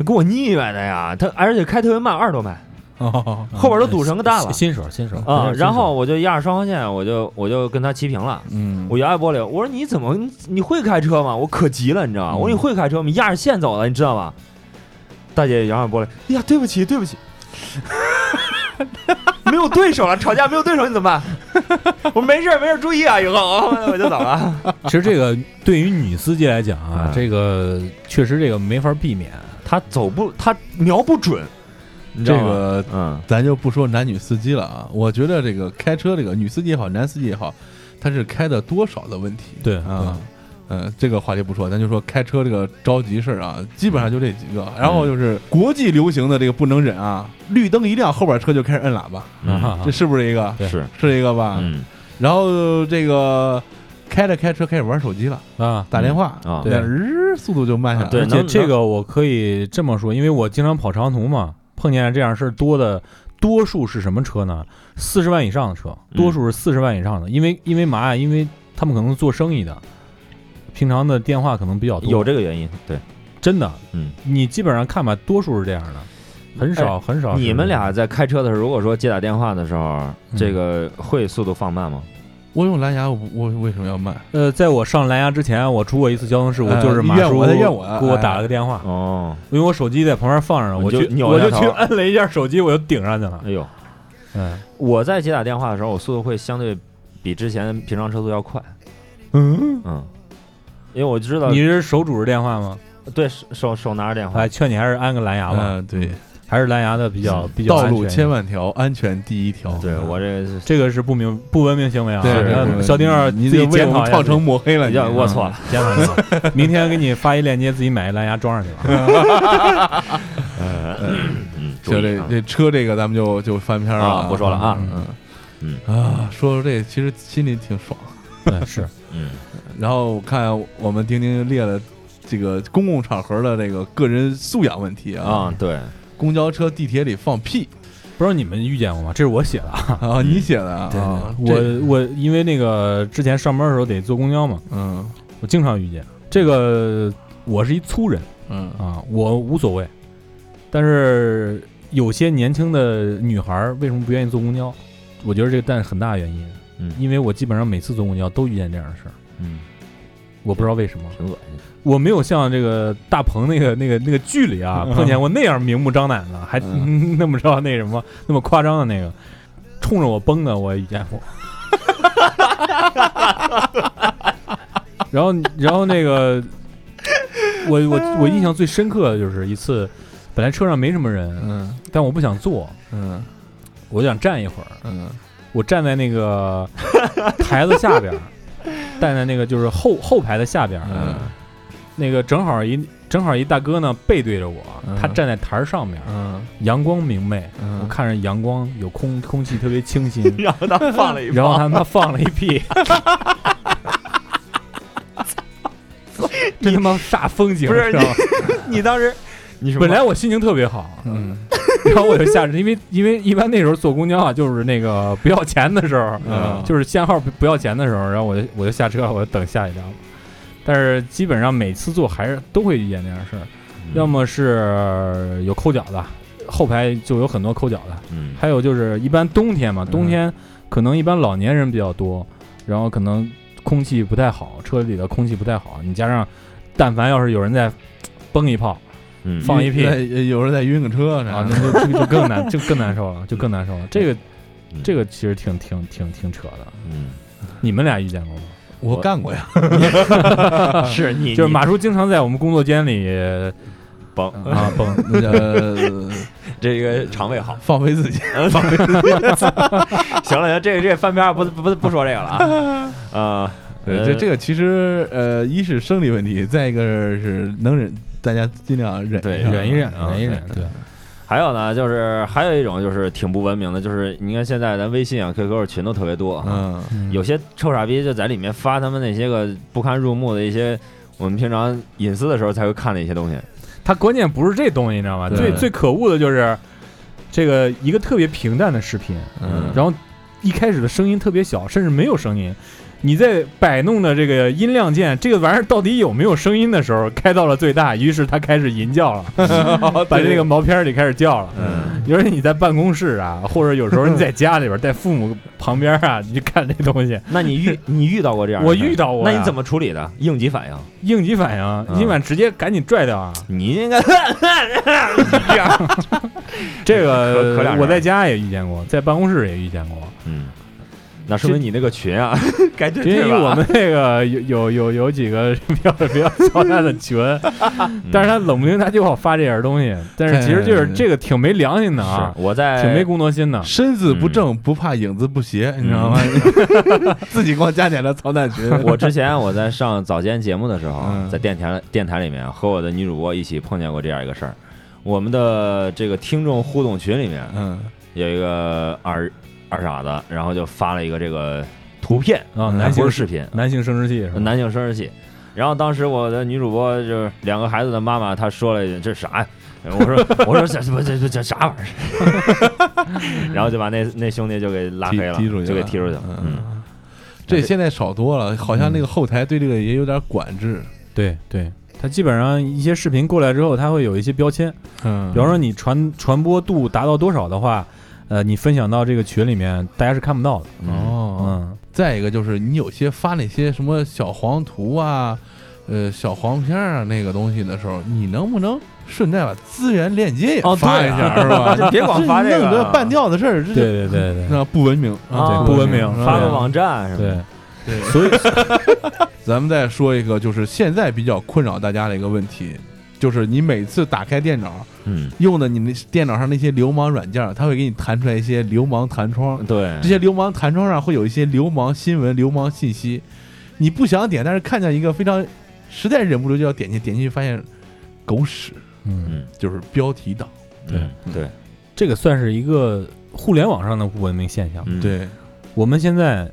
S4: 给我腻歪的呀！她而且开特别慢，二十多迈，
S2: 哦，
S4: 后边都堵成个蛋了
S3: 新手新手
S4: 啊、然后我就压着双黄线，我就我就跟她骑平了。
S2: 嗯，
S4: 我摇下玻璃，我说你怎么你你会开车吗？我可急了，你知道吗？我说你会开车吗？你压着线走了，你知道吗？大姐摇下玻璃，哎呀，对不起，对不起， 没有对手了，吵架没有对手你怎么办？我说没事儿没事儿，注意啊，以后啊我就走了。
S3: 其实这个对于女司机来讲啊，
S4: 嗯
S3: 这个确实这个没法避免。
S4: 他走不，他瞄不准，你知
S2: 这
S4: 道吗？
S2: 个
S4: 嗯，
S2: 咱就不说男女司机了啊，我觉得这个开车这个女司机也好，男司机也好，他是开的多少的问题。
S3: 对
S2: 啊，呃，这个话题不说，咱就说开车这个着急事儿啊，基本上就这几个。然后就是国际流行的这个不能忍啊，绿灯一亮，后边车就开始摁喇叭，
S4: 嗯
S3: 啊
S2: 这是不是一个？
S3: 对
S4: 是，
S2: 是一个吧？
S4: 嗯
S2: 然后这个开着开车开始玩手机了，
S3: 啊，
S2: 打电话
S4: 嗯啊
S2: 对，日速度就慢下来了。
S4: 啊对
S3: 而且
S4: 能
S3: 这
S4: 能
S3: 个我可以这么说，因为我经常跑长途嘛，碰见这样事儿多的，多数是什么车呢？四十万以上的车，
S4: 嗯
S3: 多数是四十万以上的，因为因为嘛呀？因为他们可能是做生意的，平常的电话可能比较多，
S4: 有这个原因，对，
S3: 真的，
S4: 嗯，哎
S3: 你基本上看吧，多数是这样的，很少、很少是。
S4: 你们俩在开车的时候，如果说接打电话的时候，
S3: 嗯
S4: 这个会速度放慢吗？
S2: 我用蓝牙，我我为什么要慢？
S3: 呃，在我上蓝牙之前，我出过一次交通事故，
S2: 呃
S3: 就是马
S2: 怨
S3: 叔
S2: 我的怨我的
S3: 给我
S2: 哎
S3: 打了个电话，
S4: 哦，
S3: 因为我手机在旁边放着呢，
S4: 你
S3: 我
S4: 就
S3: 去
S4: 扭
S3: 我
S4: 了
S3: 就
S4: 头
S3: 去摁了一下手机，我就顶上去了。
S4: 哎呦，
S3: 嗯，
S4: 我在接打电话的时候，我速度会相对比之前平常车速要快。
S2: 嗯，
S4: 嗯，因为我知道
S3: 你是手拄着电话吗？
S4: 对手手手拿着电
S3: 我
S4: 话
S3: 还，劝你还是安个蓝牙吧，
S2: 嗯，对，
S3: 还是蓝牙的比较比较
S2: 道
S3: 安
S2: 路
S3: 全
S2: 千万条，安全第一条。
S4: 对我这个是
S3: 这个是不明不文明行为啊！
S2: 对
S4: 是
S2: 对
S3: 那
S2: 对
S3: 小丁儿
S2: 你
S3: 自己
S2: 这为
S3: 检
S2: 我
S3: 讨
S2: 们
S3: 一
S2: 造
S3: 下
S2: 成抹黑了，
S4: 比较
S2: 你啊
S4: 我错了，
S3: 检讨一下。明天给你发一链接，自己买蓝牙装上去 吧。
S4: 嗯，注
S2: 就
S4: 意
S2: 这
S4: 啊
S2: 这车这个，咱们就就翻篇儿
S4: 啊，不说了啊，
S2: 嗯
S4: 嗯
S2: 啊，说说这个，其实心里挺爽。
S3: 对，是
S4: 嗯
S2: 然后我看我们丁丁列了这个公共场合的这个个人素养问题啊，
S4: 啊，对，
S2: 公交车、地铁里放屁
S3: 不知道你们遇见过吗？这是我写的啊。
S2: 啊，你写的啊，啊这
S3: 我我因为那个之前上班的时候得坐公交嘛，
S2: 嗯
S3: 我经常遇见这个。我是一粗人
S2: 嗯
S3: 啊，我无所谓，但是有些年轻的女孩儿为什么不愿意坐公交？我觉得这个但是很大的原因，
S4: 嗯
S3: 因为我基本上每次坐公交都遇见这样的事儿，
S4: 嗯，
S3: 我不知道为什么，
S4: 挺恶心的，，
S3: 我没有像这个大鹏那个那个那个剧里啊
S2: 嗯
S3: 碰见过那样明目张胆的，还
S2: 嗯
S3: 那么着那什么那么夸张的那个，冲着我崩的我也遇见过。 然后，然后那个，我我我印象最深刻的就是一次，本来车上没什么人，
S2: 嗯
S3: 但我不想坐，
S2: 嗯
S3: 我想站一会儿。
S2: 嗯
S3: 我站在那个台子下边儿，站在那个就是后后排的下边儿，
S2: 嗯
S3: 那个正好一正好一大哥呢背对着我，
S2: 嗯
S3: 他站在台儿上面，
S2: 嗯
S3: 阳光明媚，我
S2: 嗯，
S3: 看着阳光有空空气特别清新
S4: 然后他放 了一
S3: 然后
S4: 放，
S3: 他妈放了一 屁， 真他妈煞风景，
S4: 不是
S3: 知道吗？
S4: 你当时你什么
S3: 本来我心情特别好，
S2: 嗯
S3: 然后我就下车，因为因为一般那时候坐公交啊，就是那个不要钱的时候，
S2: 嗯
S3: 就是限号不不要钱的时候，然后我就我就下车，我就等下一辆。但是基本上每次坐还是都会遇见这样的事儿，
S2: 嗯
S4: 嗯
S3: 要么是有抠脚的，后排就有很多抠脚的，
S4: 嗯
S3: 还有就是一般冬天嘛，
S2: 嗯
S3: 冬天可能一般老年人比较多，然后可能空气不太好，车里的空气不太好，你加上但凡要是有人在崩一炮，
S4: 嗯
S3: 放一屁
S2: 哎有人在晕个车啥
S3: 啊，
S2: 的，
S3: 那就就就更难，就更难受了，就更难 受了。这个
S4: 嗯
S3: 这个其实挺挺挺挺扯的。
S4: 嗯
S3: 你们俩遇见过吗？
S2: 我干过呀，
S4: 是你
S3: 啊就是
S4: 你
S3: 马叔经常在我们工作间里
S4: 崩
S3: 啊蹦，
S2: 呃，。
S4: 这个肠胃好
S2: 放飞自己，
S4: 行了，行，这个这个翻篇儿不不不说这个了啊。 呃，
S2: 对，这这个其实呃，一是生理问题，再一个是能忍，大家尽量忍
S4: 对
S2: 下
S3: 忍一忍，
S2: 啊
S3: 忍一忍。对，
S4: 还有呢，就是还有一种就是挺不文明的，就是你看现在咱微信啊、QQ 群都特别多，啊
S2: 嗯
S3: 嗯
S4: 有些臭傻逼就在里面发他们那些个不堪入目的一些我们平常隐私的时候才会看的一些 东西。
S3: 他关键不是这东西，你知道吗？
S2: 对
S3: 最最可恶的就是这个一个特别平淡的视频，
S2: 嗯，
S3: 然后一开始的声音特别小，甚至没有声音。你在摆弄的这个音量键，这个玩意儿到底有没有声音的时候，开到了最大，于是他开始吟叫 了，
S2: 嗯
S3: 把这个毛片儿里开始叫了。
S4: 嗯，
S3: 有时候你在办公室啊，或者有时 候你在家里边儿，在父母旁边啊，你就看这东西，
S4: 那你遇你遇到过这样的
S3: 我
S4: 事儿
S3: 遇到过
S4: 那
S3: 呀
S4: 你怎么处理的？应急反应，
S3: 应急反应，
S4: 嗯
S3: 今晚直接赶紧拽掉啊！
S4: 你应该 这样。
S3: 这
S4: 可可
S3: 个
S4: 俩人
S3: 我在家也遇见过，在办公室也遇见 过，
S4: 嗯，那说明你那个群 啊， 该对
S3: 因
S4: 对
S3: 为
S4: 吧？
S3: 我们那个有有有有几个比较比较操蛋的 群，但是他冷不丁他就要发这点东西，但是其实就是这个挺没良心的啊
S4: 是，哎我在
S3: 挺没工作心的。
S2: 身子不正不怕影子不斜，你知道吗？ 自己光加点了操蛋 群，
S4: 我之前我在上早间节目的时候，啊
S2: 嗯
S4: 在电台电台里面和我的女主播一起碰见过这样一个事儿。我们的这个听众互动群里面
S2: 嗯
S4: 有一个二二傻子，然后就发了一个这个图片，
S3: 啊，
S2: 嗯
S3: 男
S4: 不
S3: 性
S4: 是嗯视频，
S3: 男性生殖器是吧？
S4: 男性生殖器。然后当时我的女主播就是两个孩子的妈妈，她说了一句：“这啥呀？”我说：“我说这这这这这啥玩意儿？” 然后就把那那兄弟就给拉
S2: 踢
S4: 黑了，
S2: 踢出去了
S4: 就给踢出去了。嗯，
S2: 嗯，这嗯现在少多了，好像那个后台对这个也有点管制。
S3: 对对，他基本上一些视频过来之后，他会有一些标签，
S2: 嗯
S3: 比方说你传传播度达到多少的话，呃，你分享到这个群里面，大家是看不到的。
S4: 嗯
S2: 哦，
S3: 嗯，
S2: 再一个就是你有些发那些什么小黄图啊，呃，小黄片儿啊那个东西的时候，你能不能顺带把资源链接也
S4: 哦对啊
S2: 发一下，是 吧？
S4: 就别光发这
S2: 这
S4: 个
S2: 弄得半吊子事儿，这
S3: 对对
S2: 是
S3: 对对。
S2: 那不文明
S4: 啊
S2: 嗯对
S3: 不文明
S2: 是吧
S4: 发个网站什么的。
S3: 对，
S2: 对
S3: 所以
S2: 咱们再说一个，就是现在比较困扰大家的一个问题，就是你每次打开电脑，
S4: 嗯，
S2: 用的你那电脑上那些流氓软件儿，它会给你弹出来一些流氓弹窗，
S4: 对，
S2: 这些流氓弹窗上会有一些流氓新闻、流氓信息，你不想点，但是看见一个非常实在忍不住就要点进去，点进去发现狗屎，
S3: 嗯，
S2: 就是标题党。
S4: 嗯对
S3: 这个算是一个互联网上的不文明现象。
S4: 嗯，
S2: 对，
S3: 我们现在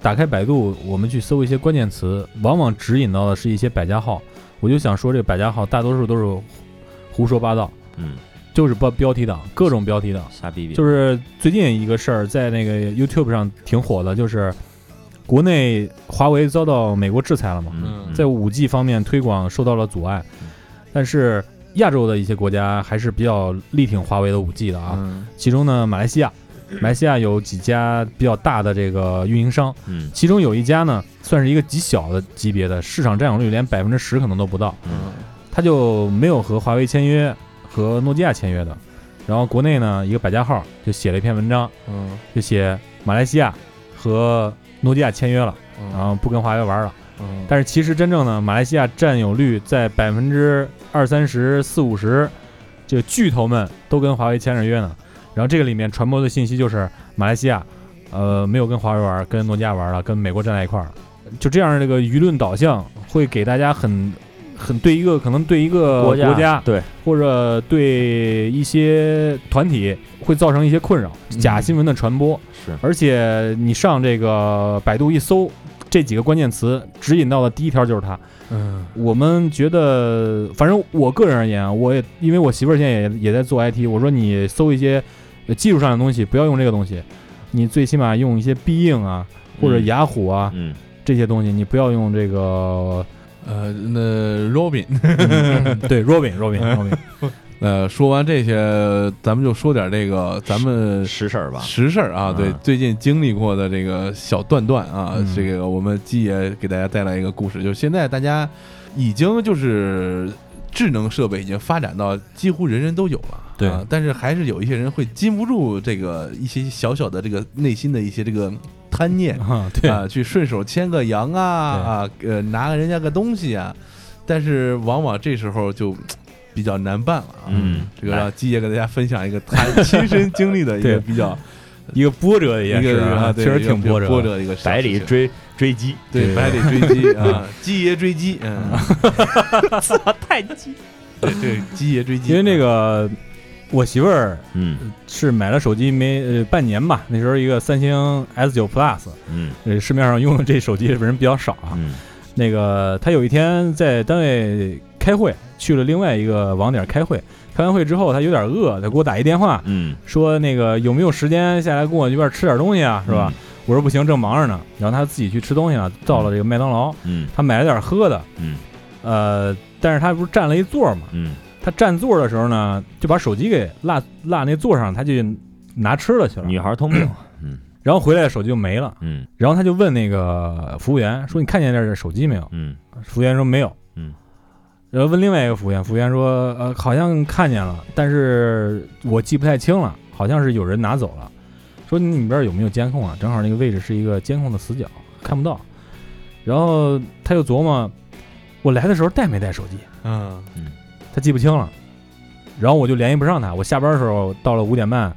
S3: 打开百度，我们去搜一些关键词，往往指引到的是一些百家号。我就想说，这个百家号大多数都是胡胡说八道，
S4: 嗯，
S3: 就是标标题党，各种标题党。
S4: 瞎逼逼，
S3: 就是是最近一个事儿，在那个 YouTube 上挺火的，就是国内华为遭到美国制裁了嘛，
S4: 嗯，
S3: 在五 G 方面推广受到了阻碍，但是亚洲的一些国家还是比较力挺华为的五 G 的啊。
S2: 嗯
S3: 其中呢，马来西亚，马来西亚有几家比较大的这个运营商，
S4: 嗯
S3: 其中有一家呢，算是一个极小的级别的，市场占有率连百分之十可能都不到，
S4: 嗯
S3: 它就没有和华为签约，和诺基亚签约的。然后国内呢，一个百家号就写了一篇文章，
S2: 嗯
S3: 就写马来西亚和诺基亚签约了，然
S2: 嗯
S3: 后不跟华为玩了。
S2: 嗯
S3: 但是其实真正呢，马来西亚占有率在百分之二三十、四五十，这个巨头们都跟华为签着约呢。然后这个里面传播的信息就是马来西亚，呃，没有跟华为玩，跟诺基亚玩了，跟美国站在一块儿，就这样这个舆论导向会给大家很很对一个可能对一个
S4: 国
S3: 家
S4: 对，
S3: 或者对一些团体会造成一些困扰，假新闻的传播。
S4: 是
S3: 而且你上这个百度一搜这几个关键词，指引到的第一条就是它。
S2: 嗯
S3: 我们觉得，反正我个人而言啊，我也因为我媳妇儿现在也也在做 IT，我说你搜一些呃技术上的东西，不要用这个东西，你最起码用一些必应啊或者
S4: 嗯
S3: 雅虎啊、
S4: 嗯，
S3: 这些东西，你不要用这个、
S2: 呃，那 Robin，
S3: 嗯对 Robin Robin Robin，
S2: 呃，说完这些，咱们就说点这个咱们
S4: 实事儿吧，
S2: 实事儿啊，对，
S4: 嗯
S2: 最近经历过的这个小段段啊，
S3: 嗯
S2: 这个我们季也给大家带来一个故事，就是现在大家已经就是智能设备已经发展到几乎人人都有了。
S3: 对
S2: 啊，但是还是有一些人会禁不住这个一些小小的这个内心的一些这个贪念
S3: 啊 对
S2: 啊，去顺手牵个羊啊啊，呃，拿人家个东西啊，但是往往这时候就比较难办了啊。
S4: 嗯
S2: 这个让基爷给大家分享一个他亲身经历的一
S3: 哎对
S2: 个比较
S3: 一个波折也
S2: 一
S3: 是
S2: 个
S3: 啊，
S2: 啊，对
S3: 确实
S2: 一个
S3: 挺
S2: 比较
S3: 波折
S2: 波
S3: 的。
S2: 折的一个小
S4: 百里
S2: 事情
S4: 追追击，
S2: 对
S3: 对
S2: 百里追 击啊，基爷追击，嗯，
S4: 太激，
S2: 对对，基爷追击，
S3: 因为那个我媳妇儿
S4: 嗯
S3: 是买了手机没呃半年吧，那时候一个三星 S 九 Plus，
S4: 嗯
S3: 呃市面上用的这手机的人比较少啊。
S4: 嗯
S3: 那个她有一天在单位开会，去了另外一个网点开会，开完会之后她有点饿，她给我打一电话
S4: 嗯，
S3: 说那个有没有时间下来跟我一块儿吃点东西啊，是
S4: 嗯
S3: 吧？？我说不行，正忙着呢。然后她自己去吃东西了，到了这个麦当劳，
S4: 嗯
S3: 她买了点喝的，
S4: 嗯
S3: 呃，但是她不是占了一座嘛，
S4: 嗯
S3: 他占座的时候呢，就把手机给落落那座上，他就拿吃的去了
S4: 嗯，。女孩通病，
S3: 然后回来手机就没了。
S4: 嗯
S3: 然后他就问那个服务员说：“你看见这儿手机没有
S4: 嗯？”
S3: 服务员说：“没有。”
S4: 嗯。
S3: 然后问另外一个服务员，服务员说：“呃，好像看见了，但是我记不太清了，好像是有人拿走了。”说：“你们这儿有没有监控啊？正好那个位置是一个监控的死角，看不到。”然后他就琢磨，我来的时候带没带手机？
S2: 嗯，
S3: 他记不清了，然后我就联系不上他。我下班的时候到了五点半，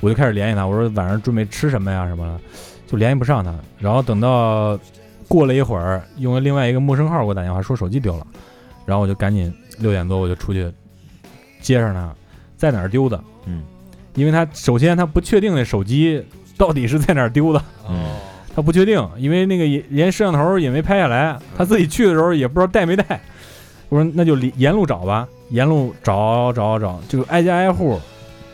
S3: 我就开始联系他，我说晚上准备吃什么呀什么的，就联系不上他。然后等到过了一会儿，用另外一个陌生号给我打电话说手机丢了，然后我就赶紧六点多我就出去接上他，在哪儿丢的？
S4: 嗯，
S3: 因为他首先他不确定那手机到底是在哪儿丢的，
S4: 嗯
S2: 哦，
S3: 他不确定，因为那个也连摄像头也没拍下来，他自己去的时候也不知道带没带。我说那就里沿路找吧，沿路找找找，就挨家挨户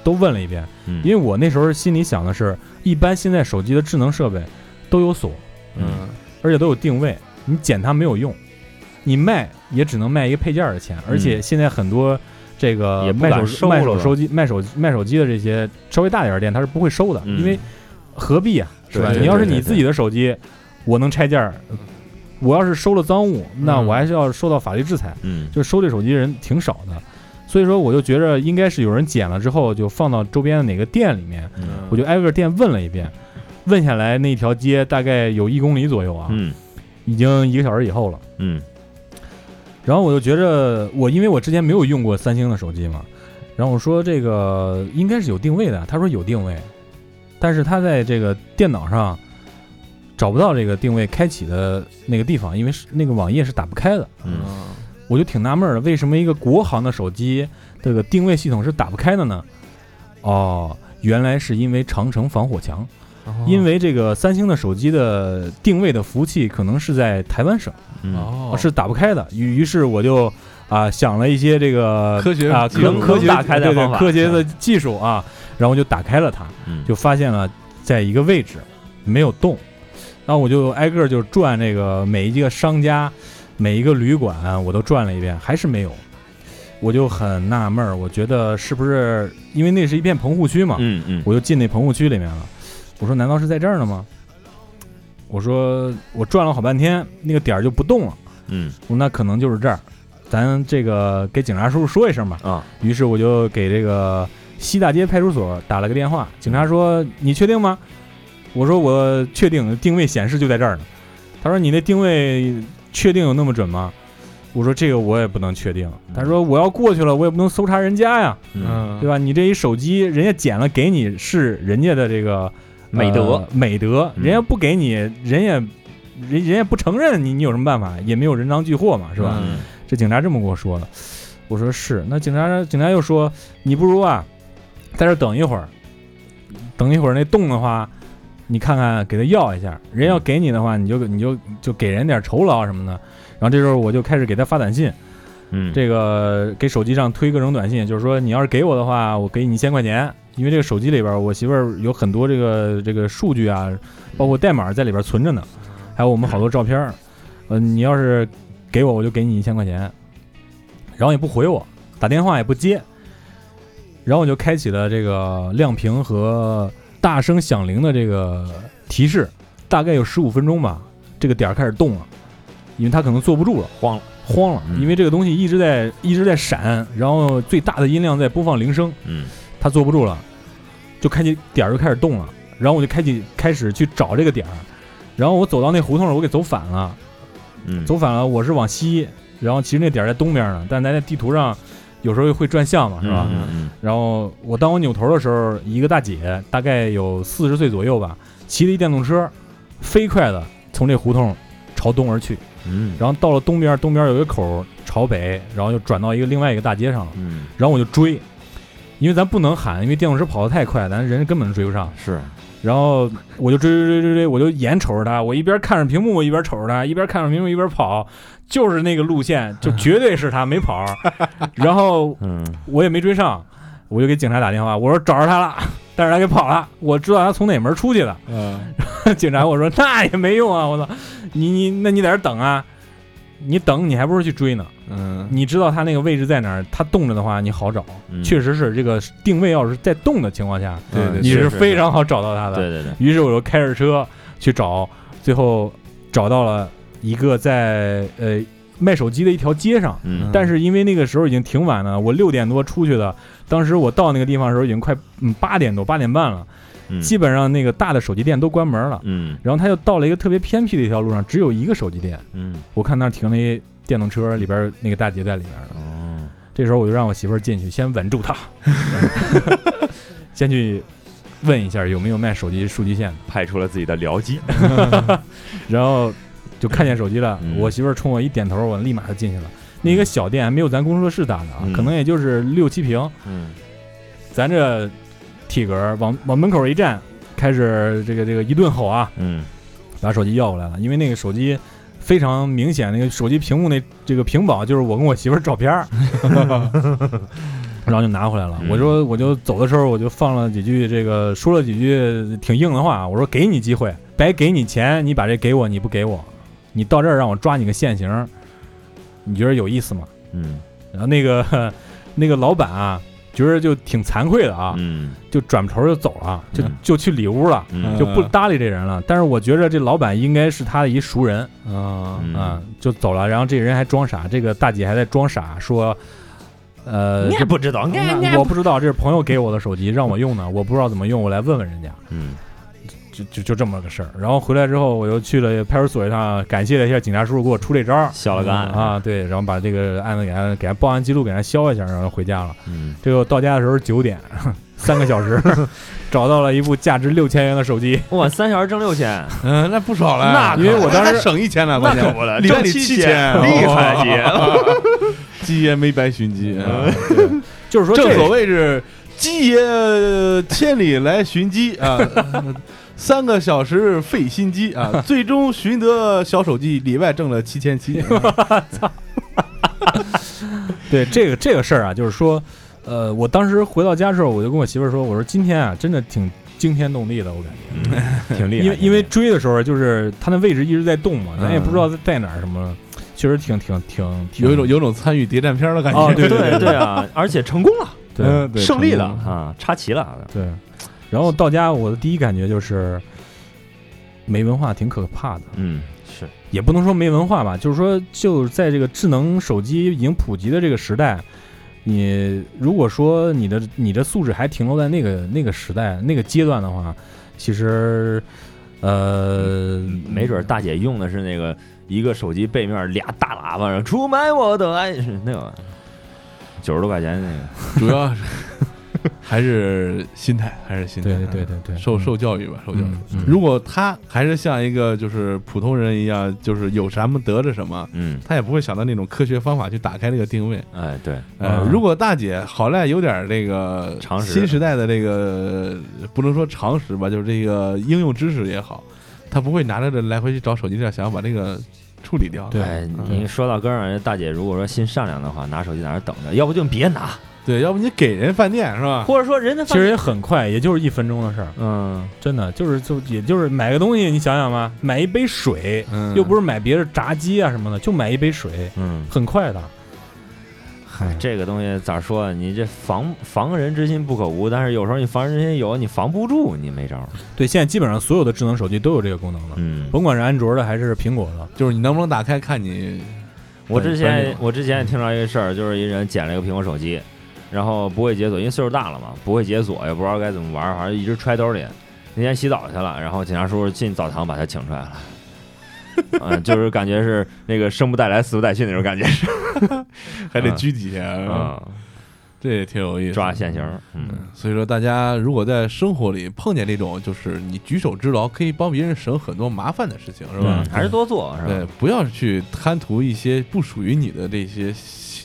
S3: 都问了一遍。
S4: 嗯，
S3: 因为我那时候心里想的是，一般现在手机的智能设备都有锁，
S2: 嗯
S3: 而且都有定位，你捡它没有用，你卖也只能卖一个配件儿的钱。而且现在很多这
S4: 嗯也
S3: 个
S4: 不
S3: 卖
S4: 敢
S3: 手
S4: 收
S3: 卖
S4: 了
S3: 手
S4: 吧
S3: 手机卖手卖手机的这些稍微大点儿的店，它是不会收的，
S4: 嗯
S3: 因为何必啊，是吧？
S2: 对对
S3: 你要是你
S4: 对对
S3: 自己的手机，我能拆件儿，我要是收了赃物，那我还是要受到法律制裁。
S4: 嗯
S3: 就收这手机人挺少的，所以说我就觉着应该是有人捡了之后就放到周边的哪个店里面，
S4: 嗯
S3: 我就挨个店问了一遍，问下来那条街大概有一公里左右啊，
S4: 嗯
S3: 已经一个小时以后了。
S4: 嗯
S3: 然后我就觉着我因为我之前没有用过三星的手机嘛，然后我说这个应该是有定位的，他说有定位，但是他在这个电脑上找不到这个定位开启的那个地方，因为是那个网页是打不开的。
S4: 嗯
S3: 我就挺纳闷儿的，为什么一个国行的手机这个定位系统是打不开的呢？哦，原来是因为长城防火墙，
S2: 哦
S3: 因为这个三星的手机的定位的服务器可能是在台湾省。
S4: 嗯
S2: 哦
S3: 是打不开的。于于是我就啊、想了一些这个
S2: 科学
S3: 啊
S2: 技
S3: 科
S2: 术
S3: 科学
S4: 能打开的
S3: 对
S4: 方
S3: 对
S4: 法
S3: 科学的技术啊，然后我就打开了它，
S4: 嗯，
S3: 就发现了在一个位置没有动，然后我就挨个就转这个每一个商家、每一个旅馆啊我都转了一遍，还是没有。我就很纳闷儿，我觉得是不是因为那是一片棚户区嘛？
S4: 嗯嗯
S3: 我就进那棚户区里面了。我说难道是在这儿呢吗？我说我转了好半天，那个点儿就不动了。
S4: 嗯
S3: 我说那可能就是这儿，咱这个给警察叔叔说一声吧。
S4: 啊
S3: 于是我就给这个西大街派出所打了个电话，警察说你确定吗？我说我确定定位显示就在这儿呢。他说你那定位确定有那么准吗？我说这个我也不能确定。他说我要过去了，我也不能搜查人家呀，
S4: 嗯，
S3: 对吧？你这一手机，人家捡了给你是人家的这个
S4: 美德
S3: 呃美德，
S4: 嗯
S3: 人家不给你，人也人人家不承认你，你有什么办法？也没有人赃俱获嘛，是吧？
S2: 嗯
S3: 这警察这么跟我说的，我说是。那警察警察又说，你不如啊，在这儿等一会儿，等一会儿那洞的话，你看看给他要一下，人要给你的话，你就你就就给人点酬劳什么的。然后这时候我就开始给他发短信，
S4: 嗯，
S3: 这个给手机上推各种短信，就是说你要是给我的话，我给你一千块钱，因为这个手机里边我媳妇儿有很多这个这个数据啊，包括代码在里边存着呢，还有我们好多照片儿。呃，你要是给我，我就给你一千块钱，然后也不回我，打电话也不接，然后我就开启了这个亮屏和大声响铃的这个提示，大概有十五分钟吧，这个点儿开始动了，因为他可能坐不住了，
S4: 慌了，
S3: 慌了，
S4: 嗯
S3: 因为这个东西一直在一直在闪，然后最大的音量在播放铃声，
S4: 嗯
S3: 他坐不住了，就开启点儿就开始动了，然后我就开启开始去找这个点儿，然后我走到那胡同儿，我给走反了，
S4: 嗯，
S3: 走反了，我是往西，然后其实那点儿在东边呢，但咱在地图上有时候会转向嘛，是吧？
S4: 嗯嗯
S3: 然后我当我扭头的时候，一个大姐大概有四十岁左右吧，骑着一电动车，飞快的从这胡同朝东而去，
S4: 嗯，
S3: 然后到了东边，东边有一个口朝北，然后又转到一个另外一个大街上了，
S4: 嗯
S3: 然后我就追，因为咱不能喊，因为电动车跑得太快，咱人根本追不上。
S4: 是，
S3: 然后我就追追追追追，我就眼瞅着他，我一边看着屏幕，我一边瞅着他， 一边看着屏幕一边跑，就是那个路线，就绝对是他没跑。 然后
S4: 嗯
S3: 我也没追上，我就给警察打电话，我说找着他了， 但是他给跑了，我知道他从哪门出去的。
S2: 嗯
S3: 警察我说那也没用啊，我操，你你那你在这儿等啊，你等你还不如去追呢。
S2: 嗯
S3: 你知道他那个位置在哪儿，他动着的话你好找，
S4: 嗯，
S3: 确实是这个定位要是在动的情况下，
S2: 对
S4: 嗯
S2: 对
S3: 你
S2: 是
S3: 是非常好找到他的。
S4: 对对对，
S3: 于是我就开着车去找，最后找到了一个在呃卖手机的一条街上。
S4: 嗯
S3: 但是因为那个时候已经挺晚了，我六点多出去的，当时我到那个地方的时候已经快嗯八点多八点半了，
S4: 嗯
S3: 基本上那个大的手机店都关门了。
S4: 嗯
S3: 然后他又到了一个特别偏僻的一条路上，只有一个手机店，
S4: 嗯
S3: 我看那儿停了一电动车，里边儿那个大姐在里边儿呢。
S4: 哦，
S3: 这时候我就让我媳妇儿进去，先稳 住她， 先去问一下有没有卖手机数据线的。
S4: 派出了自己的僚机，
S3: 然后就看见手机了。
S4: 嗯
S3: 我媳妇儿冲我一点头，我立马就进去了。那个小店还没有咱工作室大呢，啊
S4: 嗯
S3: 可能也就是六七平。
S4: 嗯
S3: 咱这体格儿往往门口一站，开始这个这个一顿吼啊，
S4: 嗯
S3: 把手机要过来了。因为那个手机非常明显，那个手机屏幕那这个屏保就是我跟我媳妇儿照片儿，然后就拿回来了。
S4: 嗯
S3: 我说我就走的时候我就放了几句这个说了几句挺硬的话，我说给你机会，白给你钱，你把这给我你不给我，你到这儿让我抓你个现行，你觉得有意思吗？
S4: 嗯
S3: 然后那个那个老板啊，觉得就挺惭愧的啊，
S4: 嗯
S3: 就转头就走了，就
S4: 嗯
S3: 就去里屋了。
S4: 嗯
S3: 就不搭理这人了。但是我觉着这老板应该是他的一熟人
S2: 啊
S4: 嗯
S3: 啊、就走了。然后这人还装傻，这个大姐还在装傻说，呃，
S4: 也不知道，
S3: 我不知道这是朋友给我的手机让我用的，我不知道怎么用，我来问问人家。
S4: 嗯
S3: 就就就这么个事儿。然后回来之后，我又去了派出所一趟，感谢了一下警察叔叔给我出这招儿
S4: 小了个案，
S3: 啊，对，然后把这个案子给他给他报案记录给他消一下，然后回家了。
S4: 嗯
S3: 这个到家的时候九点， 三个小时 找到了一部价值六千元的手机。
S4: 哇，三小时挣六千，
S2: 嗯，那不少了，
S4: 那可
S3: 因为我当时
S2: 那省一千来块
S4: 那
S2: 钱，
S4: 可不了，
S2: 礼拜
S4: 挣
S2: 里
S4: 七哦
S2: 千，哦
S4: 厉害姐，
S2: 鸡爷没白寻鸡，
S4: 嗯
S2: 啊
S3: 就是说这
S2: 正所谓是鸡爷千里来寻鸡 啊，三个小时费心机 啊，最终寻得小手机，里外挣了七千七。
S3: 对这个这个事儿啊，就是说，呃，我当时回到家之后，我就跟我媳妇儿说，我说今天啊，真的挺惊天动地的，我感觉，
S4: 挺厉害，
S3: 因为因为追的时候，就是它那位置一直在动嘛，咱也不知道在哪儿什么，确实挺挺挺挺
S2: 嗯有一种有种参与谍战片的感觉。
S3: 哦
S4: 对
S3: 对对
S4: 对啊，而且成功了，
S3: 对
S2: 嗯对
S4: 胜利了
S3: 成
S4: 啊，插旗了，
S3: 对。然后到家，我的第一感觉就是，没文化挺可怕的，
S4: 嗯，是，
S3: 也不能说没文化吧，就是说，就是在这个智能手机已经普及的这个时代，你如果说你的你的素质还停留在那个那个时代那个阶段的话，其实，呃，
S2: 嗯
S4: 没准儿大姐用的是那个一个手机背面俩大喇叭，然后出卖我的爱是那个九十多块钱那个。
S2: 主要是 还是心态，还是心态。啊
S3: 对对对对对，
S2: 受
S3: 嗯
S2: 受教育吧，受教育
S3: 嗯嗯。
S2: 如果他还是像一个就是普通人一样，就是有什么得着什么，
S4: 嗯，
S2: 他也不会想到那种科学方法去打开那个定位。
S4: 哎，对，
S2: 呃，
S3: 嗯
S2: 如果大姐好赖有点这个
S4: 常识
S2: 新时代的这个不能说常识吧，就是这个应用知识也好，她不会拿着这来回去找手机店，想要把这个处理掉。
S3: 对
S4: 哎，
S2: 嗯
S4: 你说到根儿上，人家大姐如果说心善良的话，拿手机在那儿等着，要不就别拿，
S2: 对，要不你给人饭店是吧？
S4: 或者说人家
S3: 其实也很快，也就是一分钟的事儿，
S4: 嗯，
S3: 真的就是就也就是买个东西，你想想吧，买一杯水，
S2: 嗯，
S3: 又不是买别的炸鸡啊什么的，就买一杯水，
S4: 嗯，
S3: 很快的。哎
S4: 这个东西咋说啊？你这防防人之心不可无，但是有时候你防人之心有，你防不住，你没招儿。
S3: 对，现在基本上所有的智能手机都有这个功能了，
S4: 嗯，
S3: 甭管是安卓的还是苹果的。
S2: 就是你能不能打开看你
S4: 我之
S2: 本
S4: 前啊
S2: 领
S4: 我之前也听到一个事儿，就是一人捡了一个苹果手机，然后不会解锁，因为岁数大了嘛，不会解锁，也不知道该怎么玩儿，反正一直揣兜里。那天洗澡去了，然后警察叔叔进澡堂把他请出来了。嗯，就是感觉是那个生不带来死不带去那种感觉，是
S2: 还得
S4: 嗯
S2: 拘几天，
S4: 啊，
S2: 这也挺有意思的。
S4: 抓现行儿。嗯，
S2: 所以说，大家如果在生活里碰见这种就是你举手之劳可以帮别人省很多麻烦的事情，是吧？
S4: 还是多做是
S2: 对
S4: 吧？，
S2: 不要去贪图一些不属于你的这些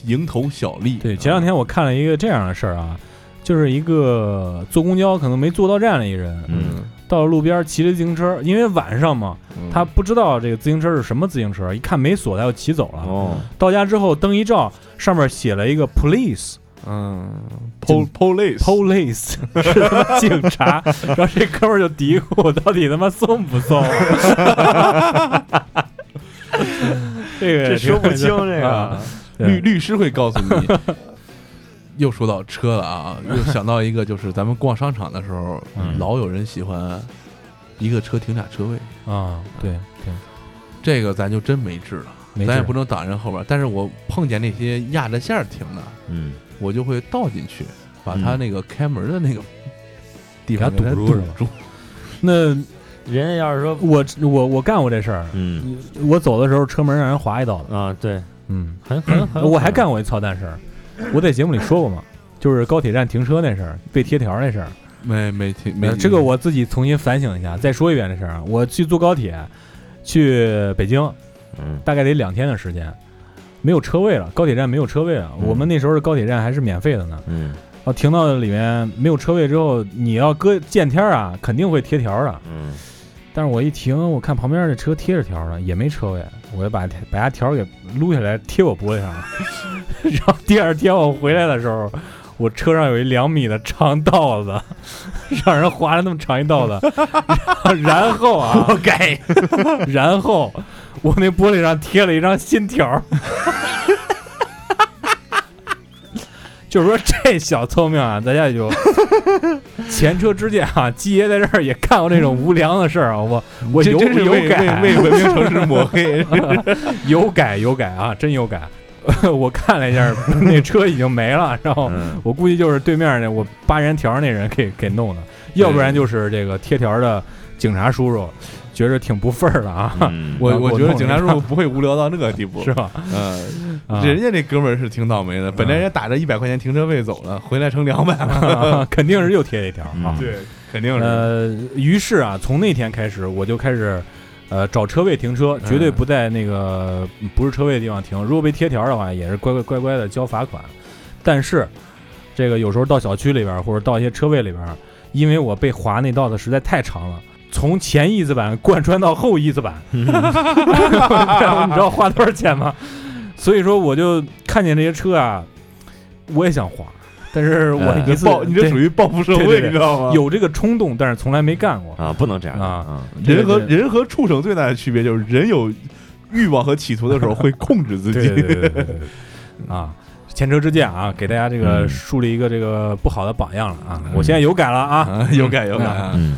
S2: 蝇头小利。
S3: 对，前两天我看了一个这样的事儿啊，就是一个坐公交可能没坐到站的一人，
S4: 嗯，
S3: 到路边骑着自行车，因为晚上嘛，
S2: 嗯
S3: 他不知道这个自行车是什么自行车，一看没锁，他就骑走了。
S4: 哦，
S3: 到家之后灯一照，上面写了一个 police
S2: 嗯
S3: 就
S2: ，pol police
S3: police，是他妈警察。然后这哥们儿就嘀咕：“我到底他妈送不 送啊？”这个
S4: 这
S3: 也
S4: 说不
S3: 挺
S4: 清这个
S3: 啊。对
S2: 律律师会告诉你。 又说到车了啊，又想到一个，就是咱们逛商场的时候，
S3: 嗯
S2: 老有人喜欢一个车停俩车位，
S3: 啊，对对，
S2: 这个咱就真没治了，
S3: 没
S2: 咱也
S3: 治
S2: 不能挡人后边儿。但是我碰见那些压着线儿停的，
S4: 嗯，
S2: 我就会倒进去，把他
S4: 嗯
S2: 那个开门的那个地方
S3: 给
S2: 给
S3: 他
S2: 他
S3: 堵
S2: 堵
S3: 住是吧
S2: 住。
S3: 那
S4: 人家要是说，
S3: 我我我干过这事儿，
S4: 嗯
S3: 我走的时候车门让人划一刀的，
S4: 啊，对，
S3: 嗯，
S4: 很很很，
S3: 我还干过一操蛋事儿，我在节目里说过嘛，就是高铁站停车那事儿，被贴条那事儿，
S2: 没没听
S3: 呃
S2: 没
S3: 这个我自己重新反省一下，再说一遍这事儿啊。我去坐高铁去北京，
S4: 嗯，
S3: 大概得两天的时间，没有车位了，高铁站没有车位了。
S4: 嗯
S3: 我们那时候的高铁站还是免费的呢，
S4: 嗯
S3: 然后停到里面没有车位之后，你要搁见天儿啊，肯定会贴条的。
S4: 嗯
S3: 但是我一停，我看旁边这车贴着条呢，也没车位，我就把把家条给撸下来贴我脖子上了。 然后第二天我回来的时候，我车上有一两米的长道子， 让人划了那么长一道子。 然后 啊，
S4: 我改，
S3: 然后我那玻璃上贴了一张新条 儿，就是说这小聪明啊，大家也就前车之鉴啊。鸡爷在这儿也干过这种无良的事儿啊，我我
S2: 这
S3: 有
S2: 真是
S3: 有
S2: 为
S3: 改
S2: 为为文明城市抹黑。
S3: 有改有改啊，真有改。 我看了一下，那车已经没了，然后
S4: 嗯
S3: 我估计就是对面那我扒人条儿那人给给弄的，要不然就是这个贴条儿的警察叔叔觉着挺不忿儿的啊，
S4: 嗯
S2: 我
S3: 啊
S2: 我
S3: 我
S2: 觉得
S3: 弄
S2: 警
S3: 了
S2: 察叔叔不会无聊到那个地 步。
S3: 是吧？
S2: 嗯，
S3: 啊
S2: 人家这哥们儿是挺倒霉的，本来人家打着一百块钱停车费走了，回来成两百 了。
S3: 肯定是又贴了一条啊
S4: 嗯。
S2: 对，肯定是。
S3: 呃，于是啊，从那天开始，我就开始，呃，找车位停
S2: 嗯
S3: 车，绝对不在那个不是车位的地方停。如果被贴条的话，也是乖乖乖乖的交罚款。但是，这个有时候到小区里边儿或者到一些车位里边儿，因为我被划那道子实在太长了。从前翼子板贯穿到后翼子板， 你知道花多少钱吗？所以说，我就看见这些车啊，我也想划，但是我
S4: 呃
S3: 一
S2: 哎你
S3: 次
S2: 报，你这
S3: 对
S2: 属于报复社
S3: 对对
S2: 会，
S3: 对
S2: 你知道吗？
S3: 有这个冲动，但是从来没干过。
S4: 啊，不能这样
S3: 啊，
S2: 人和
S3: 对
S2: 人和畜生最大的区别就是，人有欲望和企图的时候会控制自
S3: 对对
S2: 己。
S3: 对对对对啊，前车之鉴啊，给大家这个
S4: 嗯
S3: 树立一个这个不好的榜样了啊！
S4: 嗯
S3: 我现在有改了啊，
S2: 啊，有感有感啊。
S4: 嗯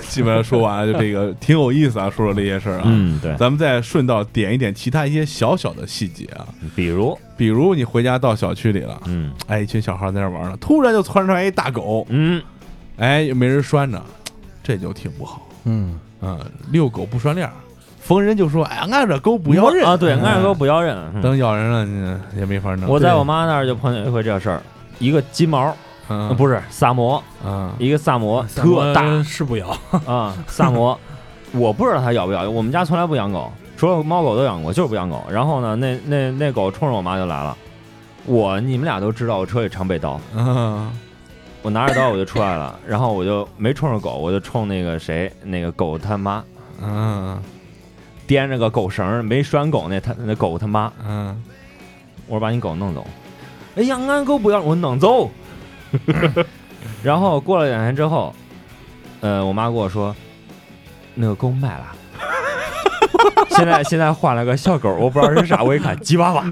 S2: 基本上说完了，就这个挺有意思啊，说说这些事儿啊。
S4: 嗯，对，
S2: 咱们再顺道点一点其他一些小小的细节啊，
S4: 比如，
S2: 比如你回家到小区里了，
S4: 嗯
S2: 哎，一群小孩在那玩呢，突然就窜出来一大狗，
S4: 嗯
S2: 哎，也没人拴着，这就挺不好。
S3: 嗯，
S2: 嗯，遛狗不拴链儿，逢人就说：“哎，俺这狗不咬人
S4: 啊！对，
S2: 嗯
S4: 按说不咬人。嗯
S2: 等咬人了你也没法弄。
S4: 我在
S3: 对
S4: 我妈那儿就碰见一回这事儿，一个金毛，
S2: 嗯
S4: 呃不是萨摩，
S2: 嗯
S4: 一个萨摩
S3: 萨摩
S4: 特
S3: 嗯
S4: 大
S3: 是不咬，
S4: 啊，萨摩， 我不知道它咬不咬，我们家从来不养狗，除了猫狗都养过，就是不养狗。然后呢，那那那狗冲着我妈就来了，我你们俩都知道我车里常备刀，
S2: 嗯
S4: 我拿着刀我就出来了，然后我就没冲着狗，我就冲那个谁那个狗他妈。
S2: 嗯
S4: 掂着个狗绳儿没拴狗那他那狗他妈，
S2: 嗯，
S4: 我说把你狗弄走。哎呀，俺狗不要，我弄走。 然后过了两天之后，呃，我妈跟我说，那个狗卖了。 现在现在换了个小狗，我不知道是啥，我一看吉娃 娃。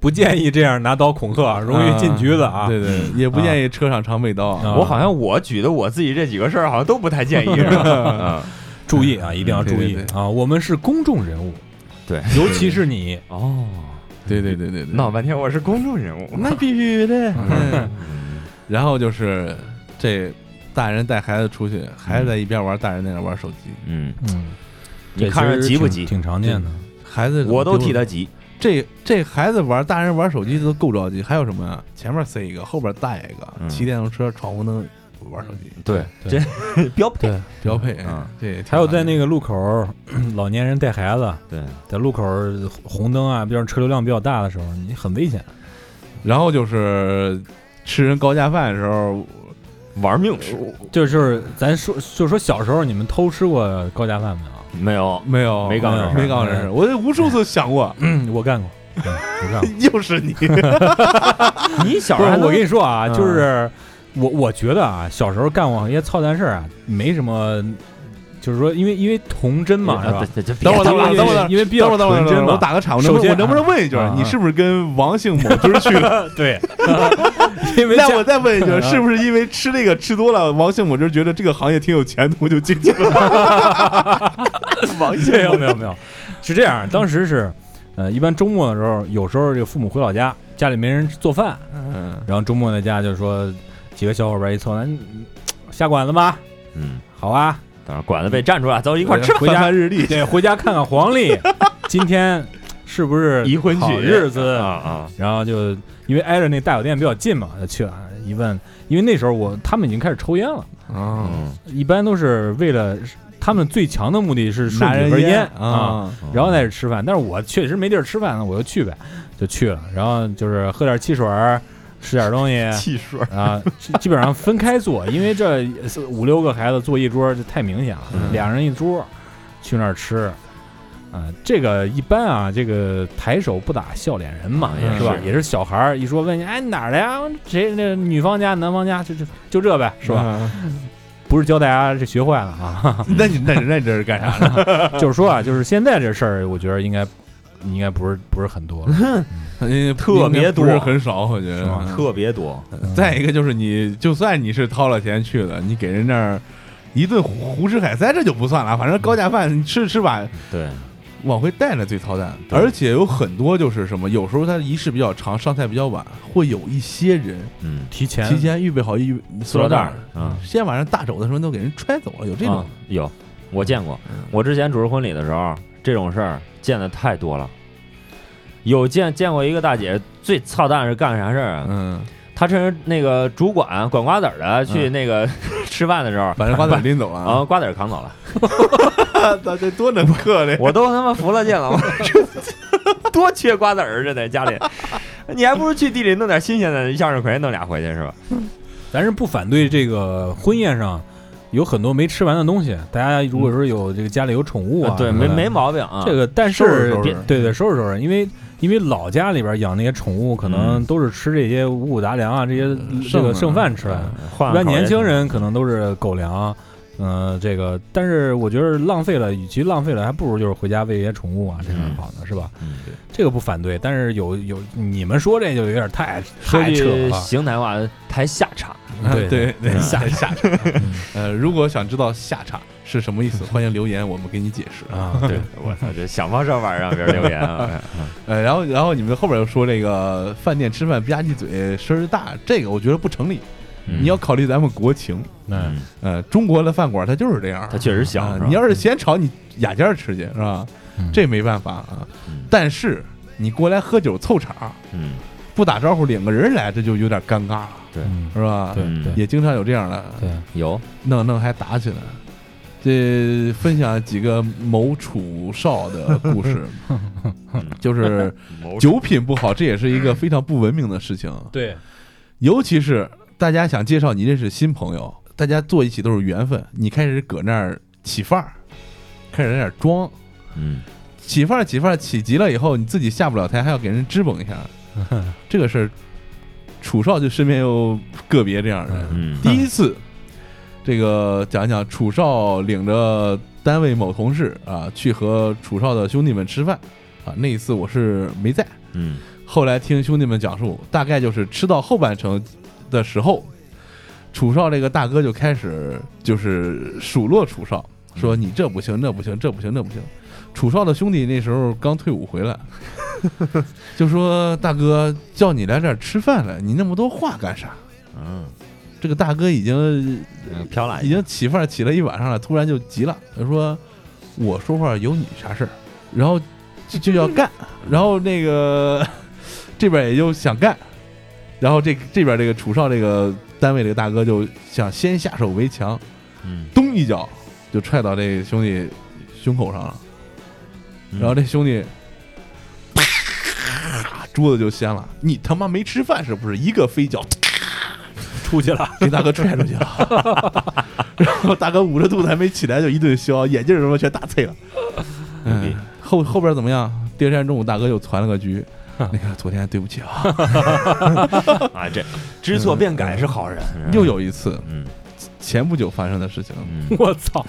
S3: 不建议这样拿刀恐吓啊，容易进局子啊。
S2: 对
S4: 嗯
S2: 对，也不
S3: 啊
S2: 建议车上常备刀啊。
S3: 啊
S4: 我好像我举的我自己这几个事儿，好像都不太建 议。是吧
S3: 注意啊，一定要注意
S2: 嗯对对对
S3: 啊！我们是公众人物，
S4: 对，
S3: 尤其是你，
S4: 嗯哦，
S2: 对对对对对，
S4: 闹半天我是公众人物，
S2: 那必须的。嗯 然后就是这大人带孩子出去，孩子在一边玩，大人在那玩手机，
S4: 嗯，
S3: 嗯，
S4: 你看着急不急？
S3: 挺常见的。
S2: 孩子
S4: 我都替
S2: 他。
S4: 他急。
S2: 这这孩子玩，大人玩手机都够着急，还有什么呀？前面塞一个，后边带一个，
S4: 嗯
S2: 骑电动车闯红灯玩手
S3: 嗯
S2: 机，
S4: 对，
S3: 对
S4: 这 标配。
S3: 对，
S2: 标配
S4: 嗯。
S2: 对，
S3: 还有在那个路口， 老年人带孩子
S4: 对，
S3: 在路口红灯啊，比如车流量比较大的时候，你很危险。
S2: 然后就是吃人高价饭的时候，
S4: 玩命吃
S3: 就是咱说，就是说小时候你们偷吃过高价饭没有？
S4: 没有？
S2: 没
S4: 没
S2: 有
S4: 干
S3: 这事儿
S2: 没干这事儿，我无数次想过，
S3: 嗯，我干过，嗯我干过。
S2: 又 是你，
S4: 你小
S3: 不
S4: 时候，
S3: 是
S4: 还
S3: 我
S4: 能
S3: 跟你说啊，
S4: 嗯
S3: 就是我我觉得啊，小时候干过一些操蛋事儿啊，没什么，就是说，因为因为童真嘛，是吧？
S4: 这这
S2: 等会儿等会儿
S3: 因为
S2: 等会儿
S3: 因为比
S2: 等
S3: 较
S2: 会儿等会儿
S3: 纯
S2: 等
S3: 真
S2: 会儿，我
S3: 嘛。
S2: 打个岔，我能
S3: 首
S2: 不能
S3: 先
S2: 我能不能问一句
S3: 啊，
S2: 你是不是跟王姓某墩儿去 了？
S3: 对，因为
S2: 那
S3: 家
S2: 我再问一
S3: 嗯
S2: 句，是不是因为吃这个吃多了，王姓某墩儿觉得这个行业挺有前途，就进去了？ 王姓
S3: 没有没有没有，是这样，当时是，呃，一般周末的时候，有时候这个父母回老家，家里没人做饭，
S2: 嗯
S3: 然后周末在家就说几个小伙伴一凑，咱下馆子吧，
S4: 嗯，
S3: 好啊，
S4: 等会儿管子被站出来，走一块儿吃吧。
S3: 回家
S2: 翻翻日历，
S3: 对，回家看看黄历，今天是不是
S4: 移婚
S3: 好
S4: 娶
S3: 日子
S2: 嗯
S4: 啊？啊！
S3: 然后就因为挨着那大酒店比较近嘛，就去了。一问，因为那时候我他们已经开始抽烟了，
S2: 啊，
S4: 嗯，
S3: 一般都是为了他们最强的目的是顺
S2: 拿
S3: 几
S2: 人
S3: 根
S2: 烟
S3: 啊，
S2: 啊，
S3: 然后再是吃饭。但是我确实没地儿吃饭，那我就去呗，就去了。然后就是喝点汽水儿，吃点东西
S2: 汽水
S3: 啊，基基本上分开坐，因为这四五六个孩子坐一桌就太明显了，
S2: 嗯
S3: 俩人一桌，去那儿吃。啊、这个一般啊，这个抬手不打笑脸人嘛，
S4: 嗯
S3: 是吧？
S4: 是
S3: 也是小孩儿一说问你，哎，你哪儿的呀？谁那女方家、男方家，就就就这
S2: 嗯
S3: 呗，是吧？？不是教大家这学坏了啊，
S2: 那你那那这是干 啥呢？
S3: 就是说啊，就是现在这事儿，我觉得应该应该不是不是很多了，
S2: 特
S4: 别多
S2: 不是很少，我觉
S3: 是吗
S2: 得。嗯
S4: 特别多。
S2: 再一个就是你，就算你是掏了钱去的，你给人那儿一顿胡胡吃海塞，这就不算了。反正高价饭你吃着吃吧，
S4: 对，
S2: 往回带那最操蛋。而且有很多就是什么，有时候他仪式比较长，上菜比较晚，会有一些人
S4: 嗯，
S3: 提前
S2: 提前预备好一塑料袋儿，
S4: 嗯，
S2: 先把人大肘子什么都给人揣走了，有这种嗯
S4: 啊。有，我见过。我之前主持婚礼的时候，这种事儿见的太多了。有见见过一个大姐，最操蛋是干啥事儿啊？
S2: 嗯，
S4: 她趁着那个主管管瓜子儿的去
S2: 嗯
S4: 那个 吃饭的时候，
S2: 把人瓜子拎走了
S4: 啊，！瓜子儿扛走了，
S2: 咱这多能 克嘞！
S4: 我都他妈服了劲了，我这 多缺瓜子儿，这在家里，你还不如去地里弄点新鲜的向日葵，弄俩回去是吧？
S3: 咱是不反对这个婚宴上有很多没吃完的东西，大家如果说有这个家里有宠物啊，
S4: 呃对，
S3: 什么
S4: 没
S3: 的
S4: 没毛病啊。
S3: 这个，但
S2: 收拾
S3: 是
S2: 收拾
S3: 别对对收拾收拾，因为因为老家里边养那些宠物，可能
S4: 嗯
S3: 都是吃这些五谷杂粮啊，这些这
S2: 剩
S3: 个
S2: 的
S3: 剩饭吃的。
S4: 换
S3: 一
S4: 个嗯
S3: 般
S4: 口味
S3: 年轻人可能都是狗粮，嗯，这个，但是我觉得浪费了，与其浪费了，还不如就是回家喂一些宠物啊，这样
S4: 嗯
S3: 好呢，是吧？
S4: 嗯
S3: 这个不反对，但是有有你们说这就有点太
S4: 说
S3: 太扯
S4: 句
S3: 了，
S4: 邢台话，太下场。
S3: 对
S2: 对对，
S4: 嗯
S2: 下下场。呃，如果想知道下场是什么意思，欢迎留言，我们给你解释。
S3: 啊，
S4: 对，我操，这想方设法让别人留言啊。
S2: 呃，然后然后你们后边又说这个饭店吃饭吧唧嘴声儿大，这个我觉得不成立。
S3: 嗯
S2: 你要考虑咱们国情。
S3: 那
S4: 嗯，
S2: 呃，中国的饭馆它就是这样儿，
S4: 它确实小
S2: 啊
S4: 是吧
S2: 你要是嫌吵，你雅间儿吃去是吧？
S3: 嗯
S2: 这没办法啊
S4: 嗯。
S2: 但是你过来喝酒凑场儿，
S4: 嗯，
S2: 不打招呼领个人来，这就有点尴尬了，
S3: 嗯
S2: 是吧？
S3: 对
S4: 嗯
S3: 对
S2: 也经常有这样的，
S3: 对，
S4: 有，
S2: 弄弄还打起来。这分享几个某楚少的故事，就是酒品不好，这也是一个非常不文明的事情。
S3: 对，
S2: 尤其是大家想介绍你认识新朋友，大家坐一起都是缘分，你开始搁那儿起范儿，开始在那儿装，
S4: 嗯
S2: 起范儿起范儿起急了以后，你自己下不了台，还要给人支棱一下，这个事儿，楚少就身边有个别这样的人。
S4: 嗯
S2: 第一次，这个讲一讲楚少领着单位某同事啊去和楚少的兄弟们吃饭啊，那一次我是没在。
S4: 嗯
S2: 后来听兄弟们讲述，大概就是吃到后半程的时候，楚少这个大哥就开始就是数落楚少，说你这不行，那不行，这不行，那不行。楚少的兄弟那时候刚退伍回来， 就说大哥叫你来这儿吃饭来，你那么多话干啥？
S4: 嗯
S2: 这个大哥已经
S4: 嗯，飘了
S2: 已经起范儿起了一晚上了，突然就急了，他说：“我说话有你啥事儿？”然后就就要干，然后那个 这边也就想干，然后这这边这个楚少这个单位这个大哥就想先下手为强，
S4: 嗯
S2: 咚一脚就踹到这兄弟胸口上了，
S4: 嗯
S2: 然后这兄弟。啪，桌子就掀了，你他妈没吃饭是不是？一个飞脚
S3: 出去 了，
S2: 给大哥踹出去了，然后大哥捂着肚子还没起来就一顿削，眼镜儿什么全打碎了。嗯，后后边怎么样？第二天中午大哥又攒了个局，那个昨天对不起啊。
S4: 啊，这知错便改是好人，
S2: 又有一次
S4: 嗯
S2: 前不久发生的事情，
S4: 嗯
S3: 我操，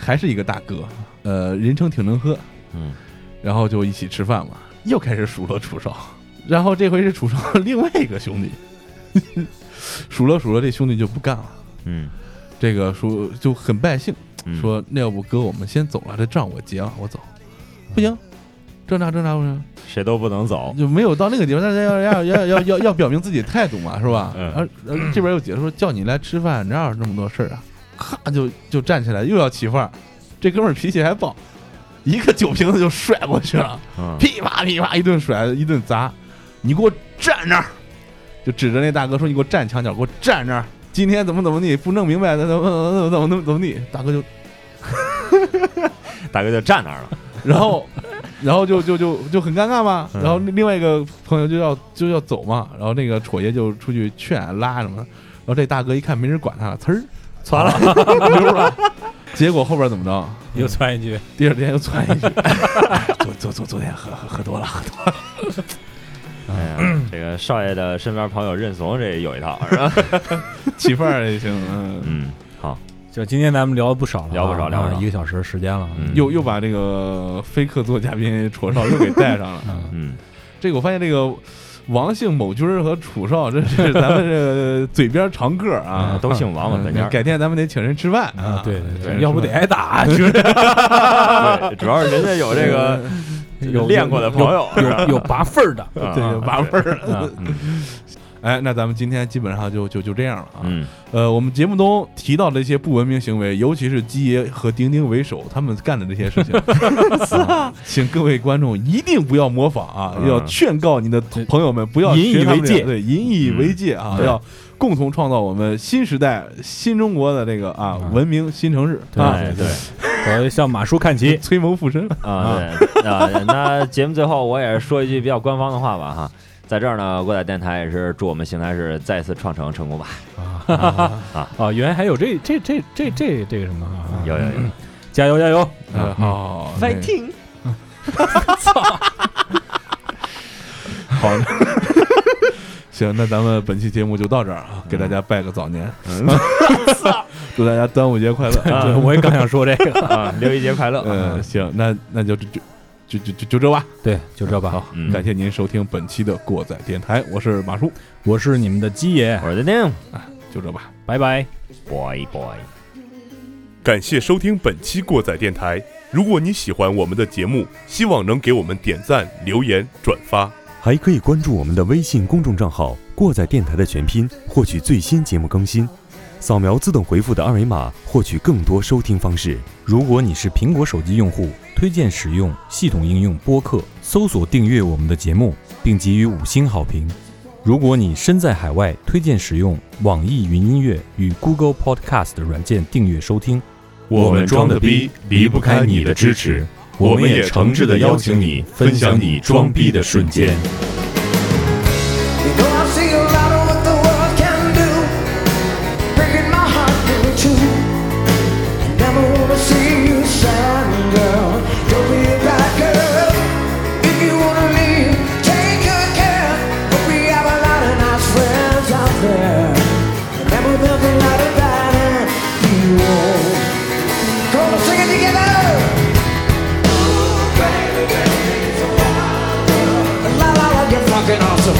S2: 还是一个大哥，呃，人称挺能喝，
S4: 嗯
S2: 然后就一起吃饭嘛，又开始数落楚少， 然后这回是楚少 另外一个兄弟，数落数落这兄弟就不干了，
S4: 嗯
S2: 这个说就很败兴。
S4: 嗯，
S2: 说那要不哥我们先走了，这账我结了，我走。不行，挣扎挣扎不行，
S4: 谁都不能走，
S2: 就没有到那个地方，但是要要要要要要表明自己态度 嘛，是吧？
S4: 嗯
S2: 然后然后这边又解释说叫你来吃饭，哪有那么多事儿啊？咔就就站起来又要起范儿，这哥们儿脾气还暴，一个酒瓶子就甩过去了，
S4: 嗯
S2: 噼啪噼啪一顿甩一顿砸，你给我站那儿，就指着那大哥说你给我站墙角，给我站那儿。今天怎么怎么地不弄明白，怎么怎么怎么怎么怎么地，大 哥就
S4: 大哥就站那儿了，
S2: 然后，然后就就就就很尴尬嘛。
S4: 嗯
S2: 然后另外一个朋友就要就要走嘛，然后那个戳爷就出去劝拉什么的，然后这大哥一看没人管他了，呲
S4: 窜了，
S2: 儿溜了。结果后边怎 么着？
S3: 又窜一
S4: 嗯
S3: 句，
S2: 第二天又窜一句，昨昨昨昨天喝喝喝多了， 喝多了嗯
S4: 哎 呀，这个少爷的身边朋友认怂，这有一 套，是吧？
S2: 起范儿也行，嗯，
S4: 嗯，好，
S3: 就今天咱们聊了不少了啊，
S4: 聊不少聊不少
S3: 啊一个小时时间了，
S4: 嗯
S2: 又又把这个非客座嘉宾戳少又给带上了。
S3: 嗯，
S4: 嗯，
S2: 这个我发现这个王姓某军儿和楚少，这是咱们这个嘴边常客啊，
S4: 都姓王嘛，
S2: 嗯
S4: 本家
S2: 改天咱们得请人吃饭
S3: 啊，对对
S4: 对
S3: 对，要不得挨打，啊
S4: 对 主要是人家有这 个
S3: 有
S4: 练过的朋友，是吧
S3: 有有拔份儿的，
S4: 啊
S2: 对，有八分儿。
S3: 啊，
S2: 哎，那咱们今天基本上就就就这样了啊。
S4: 嗯
S2: 呃，我们节目中提到的一些不文明行为，尤其是基爷和丁丁为首他们干的这些事情，啊请各位观众一定不要模仿啊，
S4: 嗯
S2: 要劝告你的朋友们不要
S4: 引以
S2: 学他们
S4: 为戒
S2: 俩对，引以为戒啊，
S4: 嗯对
S2: 要共同创造我们新时代新中国的这个啊
S3: 嗯
S2: 文明新城市
S3: 对
S2: 啊，
S4: 哎对嗯
S3: 我向马叔看齐，
S2: 崔谋附身。
S4: 啊，对啊，那节目最后我也是说一句比较官方的话吧哈，在这儿呢，过载电台也是祝我们邢台市再次创城成功吧，
S3: 啊，原来还有这这这这这这个什么啊，
S4: 有有有，
S3: 加油加油，
S2: 嗯，好，那个
S4: 听，
S2: 好的， 行，那咱们本期节目就到这儿啊，给大家拜个早年，
S4: 嗯
S2: 祝大家端午节快乐。
S4: 啊
S3: 我也刚想说这 个，
S4: 啊，六一节快乐，
S2: 嗯，行，那那就就就就就就这吧，
S3: 对，就这吧，
S2: 好，
S4: 嗯
S2: 感谢您收听本期的过载电台，我是马叔，
S3: 我是你们的鸡爷，
S4: 我是丁丁
S2: 就这吧。
S3: 拜拜。
S4: ，boy boy。
S1: 感谢收听本期过载电台。如果你喜欢我们的节目，希望能给我们点赞、留言、转发。
S5: 还可以关注我们的微信公众账号
S6: 过载电台的全拼，获取最新节目更新。扫描自动回复的二维码，获取更多收听方式。
S3: 如果你是苹果手机用户，推荐使用系统应用播客，搜索订阅我们的节目，并给予五星好评。如果你身在海外，推荐使用网易云音乐与 Google Podcast 的软件订阅收听。
S2: 我们装的逼离不开你的支持，我们也诚挚地邀请你分享你装逼的瞬间。
S7: You know I see a lot of what the world can do, breaking my heart in two. I never wanna see you sad, girl. Don't be a bad girl. If you wanna leave, take good care. But we have a lot of nice friends out there, and never built a lot of that and you won't. Come on, sing it together. Ooh, baby, baby, it's a wild world. La la la, you're fucking awesome.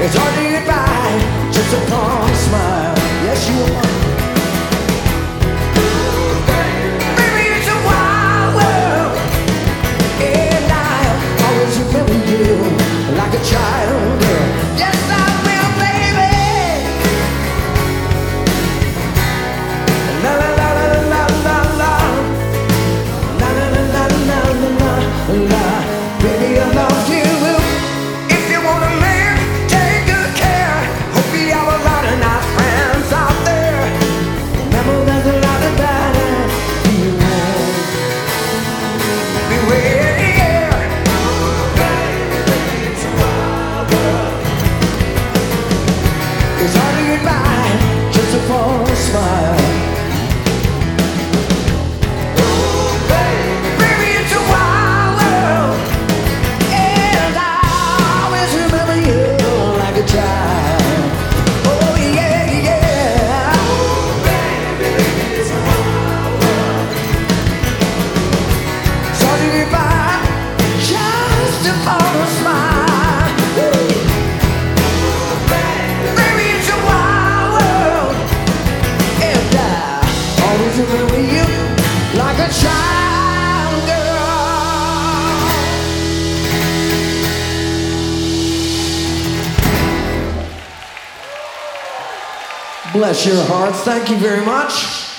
S7: It's hard to get by just upon a smile. Yes, you are. Baby, it's a wild world, and I always remember you like a child. Yes, I will, baby. La la la la la la la. La la la la la la la. Baby, I love you. If you wanna live, take good care. Hope you have a lot of nice friends out there. Remember there's a lot of bad and evil. Beware, yeah. It's hard to get by just upon a smile. Baby, it's a wild world. And I always remember you like a child. Oh yeah, yeah. Saw you goodbye, just upon a smile. Baby, it's a wild world, and I always remember you like a child, girl. Bless your hearts. Thank you very much.